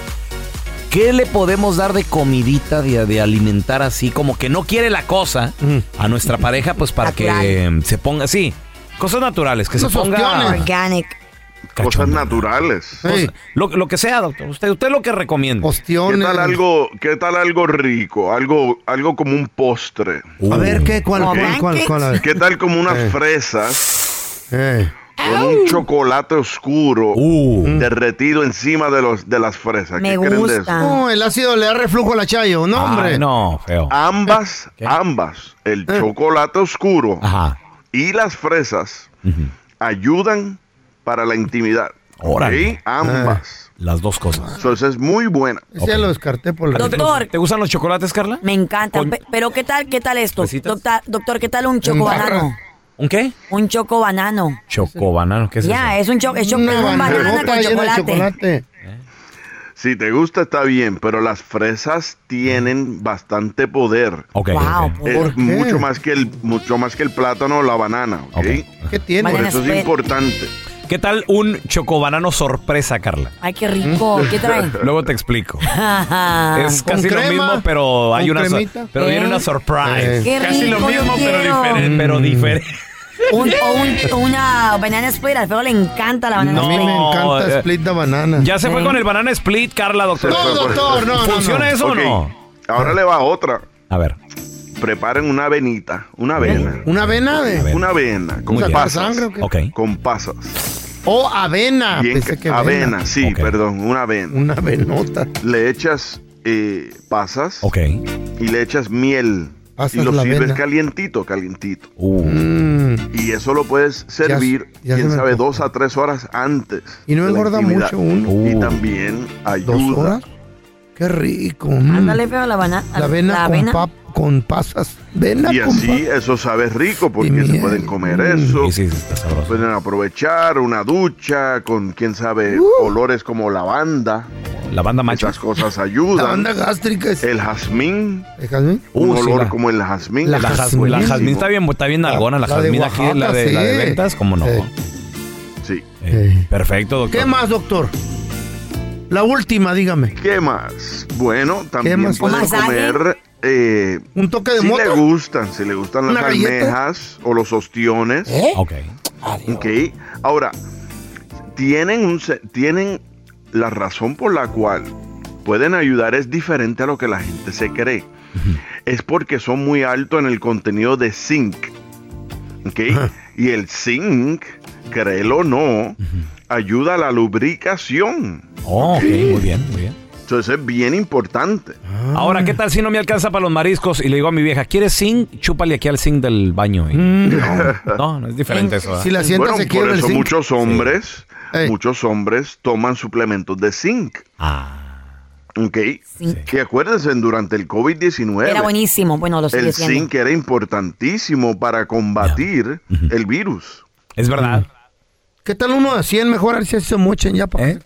S1: ¿Qué le podemos dar de comidita, de, de alimentar así, como que no quiere la cosa, a nuestra pareja, pues para que eh, se ponga así? Cosas naturales, que se ponga...
S2: Organic.
S20: Cosas naturales.
S1: Cosa- lo, lo que sea, doctor. Usted, usted lo que recomienda.
S20: ¿Qué tal algo, qué tal algo rico? Algo, algo como un postre.
S3: A ver, ¿qué? ¿Cuál,
S20: Ok.
S3: cuál, cuál, cuál? Eh. A ver.
S20: ¿Qué tal como unas fresas con un chocolate oscuro
S1: Uh.
S3: Mm.
S20: derretido encima de los de las fresas? ¿Qué creen de eso?
S3: No, el ácido le da reflujo a la chayo, no, hombre.
S1: no, feo.
S3: Eh.
S20: Ambas, ambas, el chocolate oscuro y las fresas ayudan para la intimidad.
S1: Órale.
S20: ¿ok?
S3: Eh.
S20: Ambas.
S1: Las dos cosas.
S20: Entonces es muy buena.
S3: Ese lo descarté por la
S2: Doctor.
S1: ¿Te gustan los chocolates, Carla?
S2: Me encanta. Pe- Pero ¿qué tal, qué tal esto? Doctor, doctor, ¿qué tal un chocobanano?
S1: ¿Un qué?
S2: Un chocobanano.
S1: Chocobanano, ¿qué es
S2: Ya, es
S1: eso?
S2: un cho es cho- un banana con chocolate.
S20: Si te gusta está bien, pero las fresas tienen bastante poder.
S3: Wow, ok.
S20: Es
S3: ¿por qué?
S20: mucho más que el mucho más que el plátano o la banana, ¿ok?
S3: ¿Qué tiene?
S20: Por eso es importante.
S1: ¿Qué tal un chocobanano sorpresa, Carla?
S2: Ay, qué rico.
S3: Mm.
S2: ¿Qué trae? Ah,
S1: Luego te explico. Es casi lo mismo, pero hay
S3: ¿Con
S1: una so-
S3: cremita?
S1: pero viene una surprise.
S3: Eh. Qué
S1: casi lo
S2: rico, yo
S1: mismo, pero
S2: quiero.
S1: diferente.
S20: Mm.
S1: Pero diferente.
S2: Un- o un- una banana split. Al feo le encanta la banana
S1: No.
S2: split.
S3: Me encanta
S1: eh.
S3: split de banana.
S1: Ya se fue con el banana split, Carla, doctor.
S3: No, doctor, no, no,
S1: ¿Funciona
S3: no.
S1: eso
S3: Ok.
S1: o no?
S20: Ahora le va otra.
S1: A ver.
S20: Preparen una avenita, una avena.
S3: ¿Una avena de?
S20: Una avena con
S3: Muy bien.
S20: pasas.
S3: ¿Sangre o qué?
S20: Con pasas.
S3: O avena.
S20: Bien
S3: Pensé
S20: que-
S3: que
S20: avena, sí, perdón, una avena.
S3: Una avenota.
S20: Le echas eh, pasas.
S1: Ok.
S20: Y le echas miel.
S3: Pasas
S20: y lo
S3: la
S20: sirves
S3: avena.
S20: calientito, calientito.
S1: Uh.
S3: Mm.
S20: Y eso lo puedes servir,
S3: ya se
S20: quién
S3: me
S20: sabe, dos a tres horas antes.
S3: Y no
S20: de la
S3: engorda
S20: intimidad.
S3: mucho uno.
S20: Y
S1: Uh.
S20: también ayuda.
S3: ¿Dos horas? Qué rico. mm.
S2: Ándale, feo, la banana.
S3: La avena, con, pap- con pasas. Vena
S20: Y
S3: con
S20: así eso sabe rico porque se pueden comer eso. Pueden aprovechar una ducha con, quién
S3: Uh.
S20: sabe, olores como lavanda.
S1: Lavanda macho.
S20: Esas cosas ayudan.
S3: Lavanda gástrica.
S20: El jazmín.
S3: ¿El jazmín?
S20: Un
S1: Uh, sí,
S20: olor
S1: la-
S20: como el jazmín.
S1: La,
S20: es
S1: jazmín, la
S20: buenísimo.
S1: jazmín está bien, está bien nalgona, la,
S20: La de
S1: jazmín aquí, la,
S20: Oaxaca,
S1: de, la de
S20: sí.
S1: ventas, ¿cómo no? Eh,
S20: Eh. Sí.
S1: Perfecto, doctor.
S3: ¿Qué más, doctor? La última, dígame.
S20: ¿Qué más? Bueno, también
S3: más?
S20: pueden
S3: ¿Un masaje?
S20: comer... eh,
S3: ¿Un toque de
S20: si
S3: mota?
S20: le gustan, si le gustan las
S3: ¿Una galleta? ¿Eh?
S20: almejas o los ostiones.
S16: ¿Eh?
S1: Ok.
S20: Ok. Ahora, tienen, un, se- tienen la razón por la cual pueden ayudar es diferente a lo que la gente se cree. Es porque son muy altos en el contenido de zinc. ¿Ok? Y el zinc, créelo o no, ayuda a la lubricación.
S1: Oh, ok, muy bien, muy bien.
S20: Entonces es bien importante.
S1: Ahora, ¿qué tal si no me alcanza para los mariscos? Y le digo a mi vieja, ¿quieres zinc? Chúpale aquí al zinc del baño. Y-
S20: Mm.
S1: No, no, es diferente eso. ¿eh? ¿verdad?
S20: bueno, por eso muchos hombres, muchos hombres toman suplementos de zinc.
S1: Ah.
S20: Ok. Que acuérdense, durante el COVID-19.
S2: Era buenísimo. Bueno, lo sigue
S20: El
S2: siendo.
S20: zinc era importantísimo para combatir el virus.
S1: Es verdad.
S3: ¿Qué tal uno de 100 mejor? A ver si así se mochen ya. Para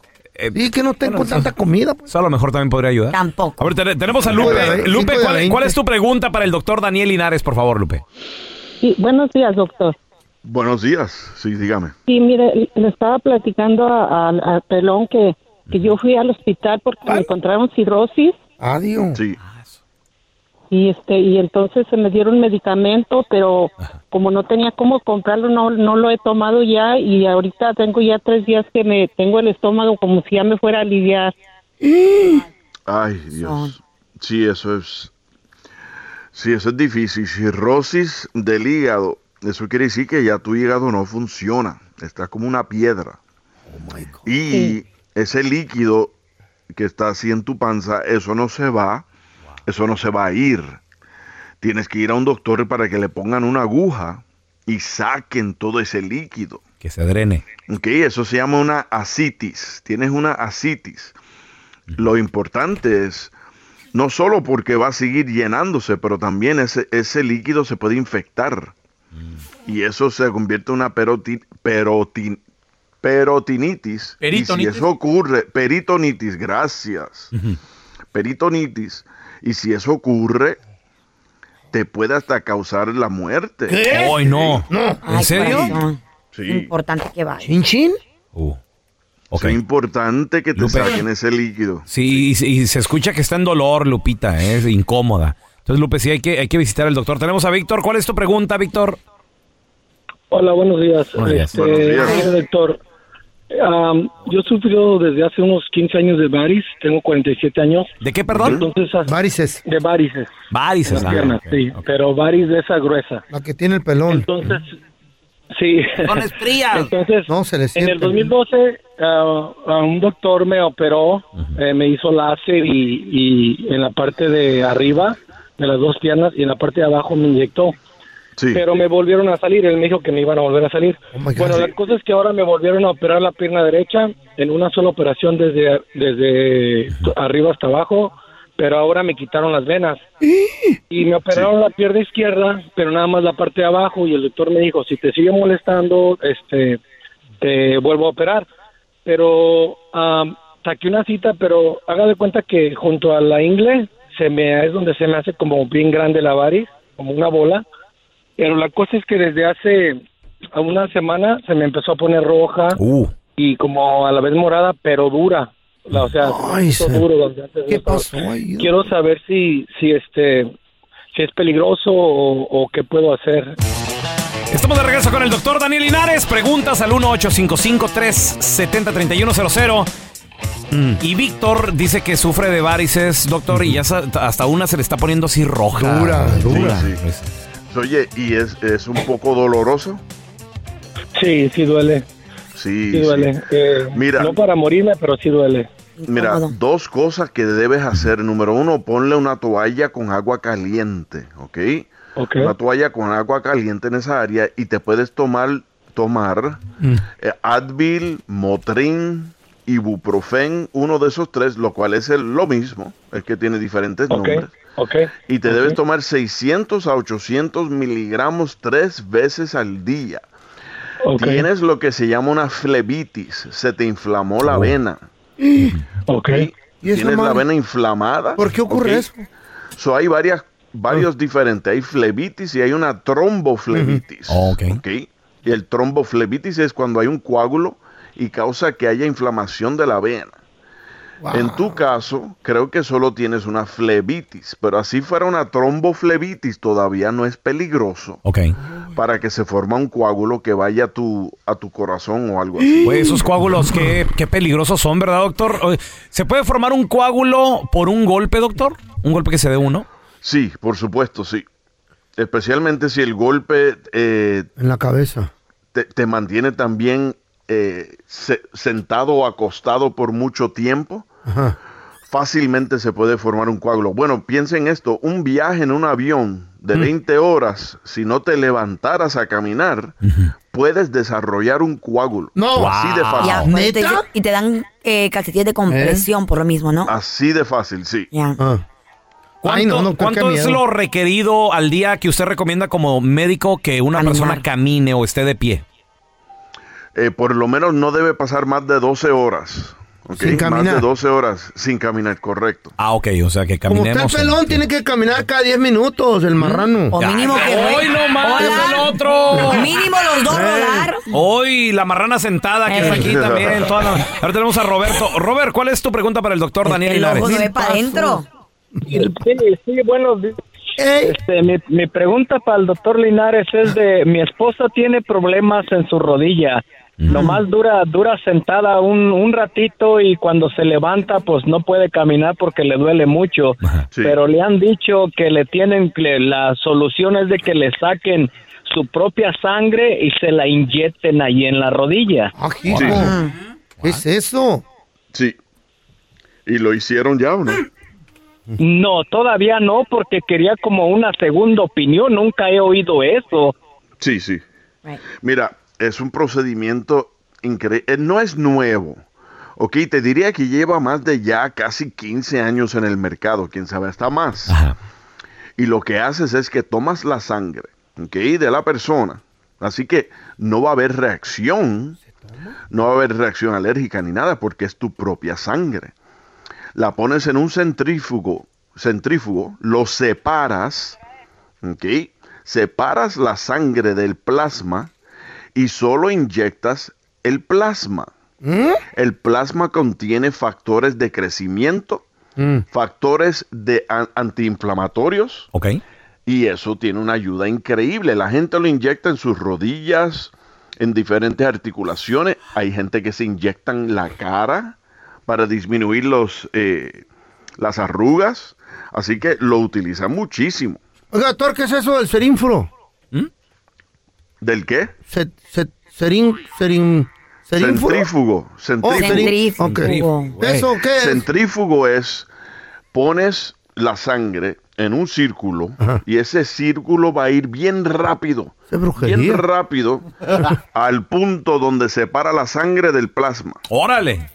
S3: y que no tengo tanta comida.
S1: Eso a lo mejor también podría ayudar.
S2: Tampoco.
S1: A ver, te- tenemos a
S3: Cinco de
S1: Lupe.
S3: veinte,
S1: Lupe,
S3: cinco de
S1: ¿cuál,
S3: veinte.
S1: cuál es tu pregunta para el doctor Daniel Linares, por favor, Lupe?
S21: Sí, buenos días, doctor.
S20: Buenos días. Sí, dígame.
S21: Sí, mire, le estaba platicando a- al al Pelón que, que yo fui al hospital porque me encontraron cirrosis
S3: Adiós.
S20: Sí.
S1: Ah,
S21: y este y entonces se me dieron medicamento, pero como no tenía cómo comprarlo, no, no lo he tomado ya y ahorita tengo ya tres días que me tengo el estómago como si ya me fuera a aliviar.
S20: Ay, Dios. Sí, eso es. Sí, eso es difícil. Cirrosis del hígado. Eso quiere decir que ya tu hígado no funciona. Está como una piedra. Y ese líquido que está así en tu panza, eso no se va. Eso no se va a ir. Tienes que ir a un doctor para que le pongan una aguja y saquen todo ese líquido.
S1: Que se drene.
S20: Ok, eso se llama una asitis. Tienes una asitis. Lo importante es, no solo porque va a seguir llenándose, pero también ese, ese líquido se puede infectar. Y eso se convierte en una peroti- perotin- perotinitis. Y si
S16: Peritonitis.
S20: eso ocurre, peritonitis, gracias. Peritonitis. Y si eso ocurre, te puede hasta causar la muerte. Mm.
S1: Ay, no.
S2: Ay,
S1: ¿En serio?
S2: corazón.
S20: Sí.
S2: Importante que vaya.
S20: Es importante que te
S1: Lupe.
S20: saquen ese líquido.
S1: Sí, y, y se escucha que está en dolor, Lupita, ¿eh? es incómoda. Entonces, Lupe, sí, hay que, hay que visitar al doctor. Tenemos a Víctor. ¿Cuál es tu pregunta, Víctor?
S22: Hola, buenos días.
S1: Buenos días.
S22: Este,
S1: Buenos
S22: mire,
S1: días.
S22: doctor. am, yo he sufrido desde hace unos 15 años de varis, tengo 47 años.
S1: ¿De qué, perdón?
S22: Entonces, as-
S3: varices.
S22: De varices.
S1: Varices,
S22: En
S1: ah,
S22: las piernas,
S1: ok,
S22: sí, pero varis de esa gruesa.
S3: La que tiene el pelón.
S22: Entonces, sí. Entonces,
S3: no, se le
S22: en
S3: siente.
S22: el 2012, ah, ah, un doctor me operó, eh, me hizo láser y, y en la parte de arriba de las dos piernas y en la parte de abajo me inyectó.
S20: Sí.
S22: pero me volvieron a salir. Él me dijo que me iban a volver a salir.
S20: Oh my God.
S22: bueno, la cosa es que ahora me volvieron a operar la pierna derecha en una sola operación desde, desde arriba hasta abajo, pero ahora me quitaron las venas.
S20: ¿Eh?
S22: Y me operaron la pierna izquierda, pero nada más la parte de abajo. Y el doctor me dijo, si te sigue molestando, este, te vuelvo a operar. Pero am, saqué una cita, pero haga de cuenta que junto a la ingle se me, es donde se me hace como bien grande la varis, como una bola. Pero la cosa es que desde hace una semana se me empezó a poner roja
S15: Uh.
S22: y como a la vez morada, pero dura. La- o sea, hizo
S7: se-
S22: duro. donde antes no
S7: ¿Qué
S22: estaba.
S7: pasó ahí?
S22: Quiero saber si, si este, si es peligroso o, o qué puedo hacer.
S1: Estamos de regreso con el doctor Daniel Linares. Preguntas al 1-855-370-3100. Mm. Y Víctor dice que sufre de varices, doctor, y ya sa- hasta una se le está poniendo así roja.
S20: Ah, Dura,
S1: dura.
S20: Oye, ¿y es, es un poco doloroso?
S22: Sí, sí duele.
S20: Sí,
S22: Sí duele.
S20: sí.
S22: Eh,
S20: Mira.
S22: No para morirme, pero sí duele.
S20: Mira, dos cosas que debes hacer. Número uno, ponle una toalla con agua caliente, ¿ok?
S22: Ok.
S20: Una toalla con agua caliente en esa área y te puedes tomar, tomar eh, Advil, Motrin, Ibuprofen, uno de esos tres, lo cual es el- lo mismo, el que tiene diferentes nombres.
S22: Ok.
S20: Y te
S22: Ok.
S20: debes tomar 600 a 800 miligramos tres veces al día.
S22: Ok.
S20: Tienes lo que se llama una flebitis, se te inflamó
S22: Oh.
S20: la vena.
S22: Ok.
S20: Tienes la vena inflamada. ¿Por qué ocurre eso? Ah. So, hay varias, varios diferentes. Hay flebitis y hay una tromboflebitis. ok. Y el tromboflebitis es cuando hay un coágulo y causa que haya inflamación de la vena. En tu caso, creo que solo tienes una flebitis, pero así fuera una tromboflebitis todavía no es peligroso
S1: Ok.
S20: para que se forma un coágulo que vaya a tu, a tu corazón o algo así.
S1: Güey, esos coágulos, qué, qué peligrosos son, ¿verdad, doctor? Oye, ¿Se puede formar un coágulo por un golpe, doctor? ¿Un golpe que se dé uno?
S20: Sí, por supuesto, sí. Especialmente si el golpe eh,
S3: En la cabeza.
S20: te, te mantiene también eh, se- sentado o acostado por mucho tiempo,
S3: Ajá.
S20: fácilmente se puede formar un coágulo. Bueno, piensa en esto, un viaje en un avión de 20 horas, si no te levantaras a caminar, puedes desarrollar un coágulo.
S2: No.
S20: Así de
S2: Y,
S1: Ah, ¿Eh?
S20: fácil.
S2: acuérdate, dice- y te dan eh, calcetines de compresión por lo mismo, ¿no?
S20: Así de fácil, sí.
S1: ¿Eh? Ah. ¿Cuánto,
S2: Ay, no, no, qué
S1: cuánto es
S2: miedo.
S1: lo requerido al día que usted recomienda como médico que una persona camine o esté de pie?
S20: Eh, por lo menos no debe pasar más de 12 horas. ¿ok?
S1: Sin
S20: Más
S1: caminar.
S20: de 12 horas sin caminar, correcto.
S1: Ah, ok, o sea que
S3: Como usted el
S1: caminemos.
S3: pelón tiene que caminar cada 10 minutos, el marrano.
S1: O mínimo que- ¡Ay, no más, el otro! Mínimo los dos
S20: Eh.
S1: rodar. Hoy la marrana sentada que está aquí también. toda la- Ahora tenemos a Roberto. Robert, ¿cuál es tu pregunta para el doctor Daniel Hilares?
S2: adentro.
S23: Sí, sí, buenos días. Este, mi, mi pregunta para el doctor Linares es de mi esposa tiene problemas en su rodilla. Nomás dura, dura sentada un, un ratito y cuando se levanta pues no puede caminar porque le duele mucho. Pero le han dicho que le tienen, que la solución es de que le saquen su propia sangre y se la inyecten ahí en la rodilla.
S20: Sí.
S3: ¿Qué es eso?
S20: Sí. ¿Y lo hicieron ya o no?
S23: No, todavía no, porque quería como una segunda opinión. Nunca he oído eso.
S20: Sí, sí. Mira, es un procedimiento increíble. No es nuevo. Ok, te diría que lleva más de ya casi 15 años en el mercado, quién sabe hasta más. Y lo que haces es que tomas la sangre, ok, de la persona. Así que no va a haber reacción, no va a haber reacción alérgica ni nada porque es tu propia sangre. La pones en un centrífugo, centrífugo, lo separas, ¿ok? Separas la sangre del plasma y solo inyectas el plasma. El plasma contiene factores de crecimiento, factores de an- antiinflamatorios. Y eso tiene una ayuda increíble. La gente lo inyecta en sus rodillas, en diferentes articulaciones. Hay gente que se inyecta en la cara para disminuir los, eh, las arrugas. Así que lo utiliza muchísimo.
S3: Oiga, doctor, ¿qué es eso del serínfuro?
S1: ¿Mm?
S20: ¿Del qué?
S3: Se, se, serín, serín, serínfuro.
S20: Centrífugo. Centrífugo.
S3: Oh, centrífugo. Ok. Centrífugo, güey. ¿Eso qué es?
S20: Centrífugo es, pones la sangre en un círculo y ese círculo va a ir bien rápido.
S3: brujería.
S20: Bien rápido al punto donde separa la sangre del plasma.
S1: Órale.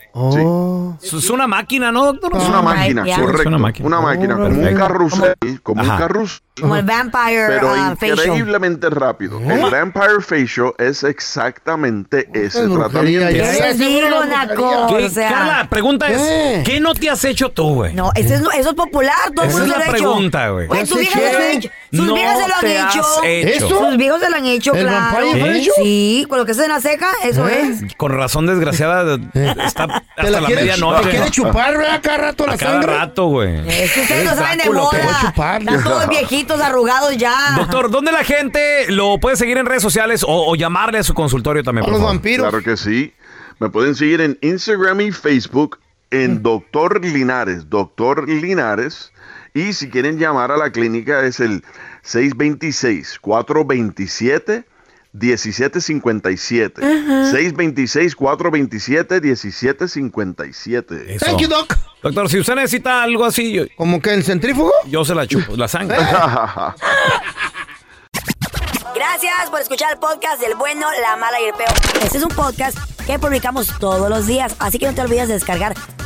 S1: Es una máquina, ¿no, doctor?
S20: Oh. Es una máquina, correcto.
S1: Es una máquina. Oh,
S20: Una máquina, como un
S1: Perfecto.
S20: carrusel, como un
S1: Ajá.
S20: carrusel.
S2: Como el Vampire
S20: Pero
S2: ah, Facial.
S20: increíblemente rápido.
S3: ¿Eh?
S20: El Vampire Facial es exactamente ese
S3: brujería,
S20: tratamiento.
S2: ya es. Te digo una cosa,
S1: ¿Qué,
S2: o sea-
S1: Carla, la pregunta es, ¿qué no te has hecho tú, güey?
S2: No, eso es, eso es popular, todo el
S1: ¿Eh? Esa
S2: mundo
S1: es
S2: lo
S1: la
S2: ha hecho.
S1: pregunta, güey.
S2: Güey, Sus
S1: ¿Ese
S2: viejas se lo
S1: qué?
S2: han hecho. Sus
S1: No
S2: viejas se lo han
S1: te has
S2: hecho.
S1: hecho. ¿Eso?
S2: Sus viejas se lo han hecho,
S1: ¿El
S2: claro.
S1: vampire ¿Eh? facial?
S2: Sí, con lo que es en la ceja, eso
S1: ¿Eh?
S2: es.
S1: Con razón desgraciada
S3: Eh.
S1: está hasta la,
S3: quiere
S1: medianoche.
S3: chu- te quiere chupar, ¿verdad?
S1: A
S3: Cada rato la
S1: cada
S3: sangre.
S1: rato, güey.
S2: Es que ustedes no saben de
S1: Drácula, te voy a
S2: moda.
S1: chupar.
S2: Están todos viejitos, arrugados ya.
S1: Doctor, ¿dónde la gente lo puede seguir en redes sociales o, o llamarle a su consultorio también? por favor?
S20: Claro que sí. Me pueden seguir en Instagram y Facebook
S3: Mm.
S20: en Doctor Linares, Doctor Linares. Y si quieren llamar a la clínica es el 626-427. 1757
S1: Ajá.
S20: 626 427 1757
S3: Thank you, Doc.
S1: Doctor, si usted necesita algo así, yo...
S3: ¿Como que el centrífugo? ¿Eh?
S1: Yo se la chupo, la sangre.
S2: Gracias por escuchar el podcast del bueno, la mala y el peor. Este es un podcast que publicamos todos los días, así que no te olvides de descargar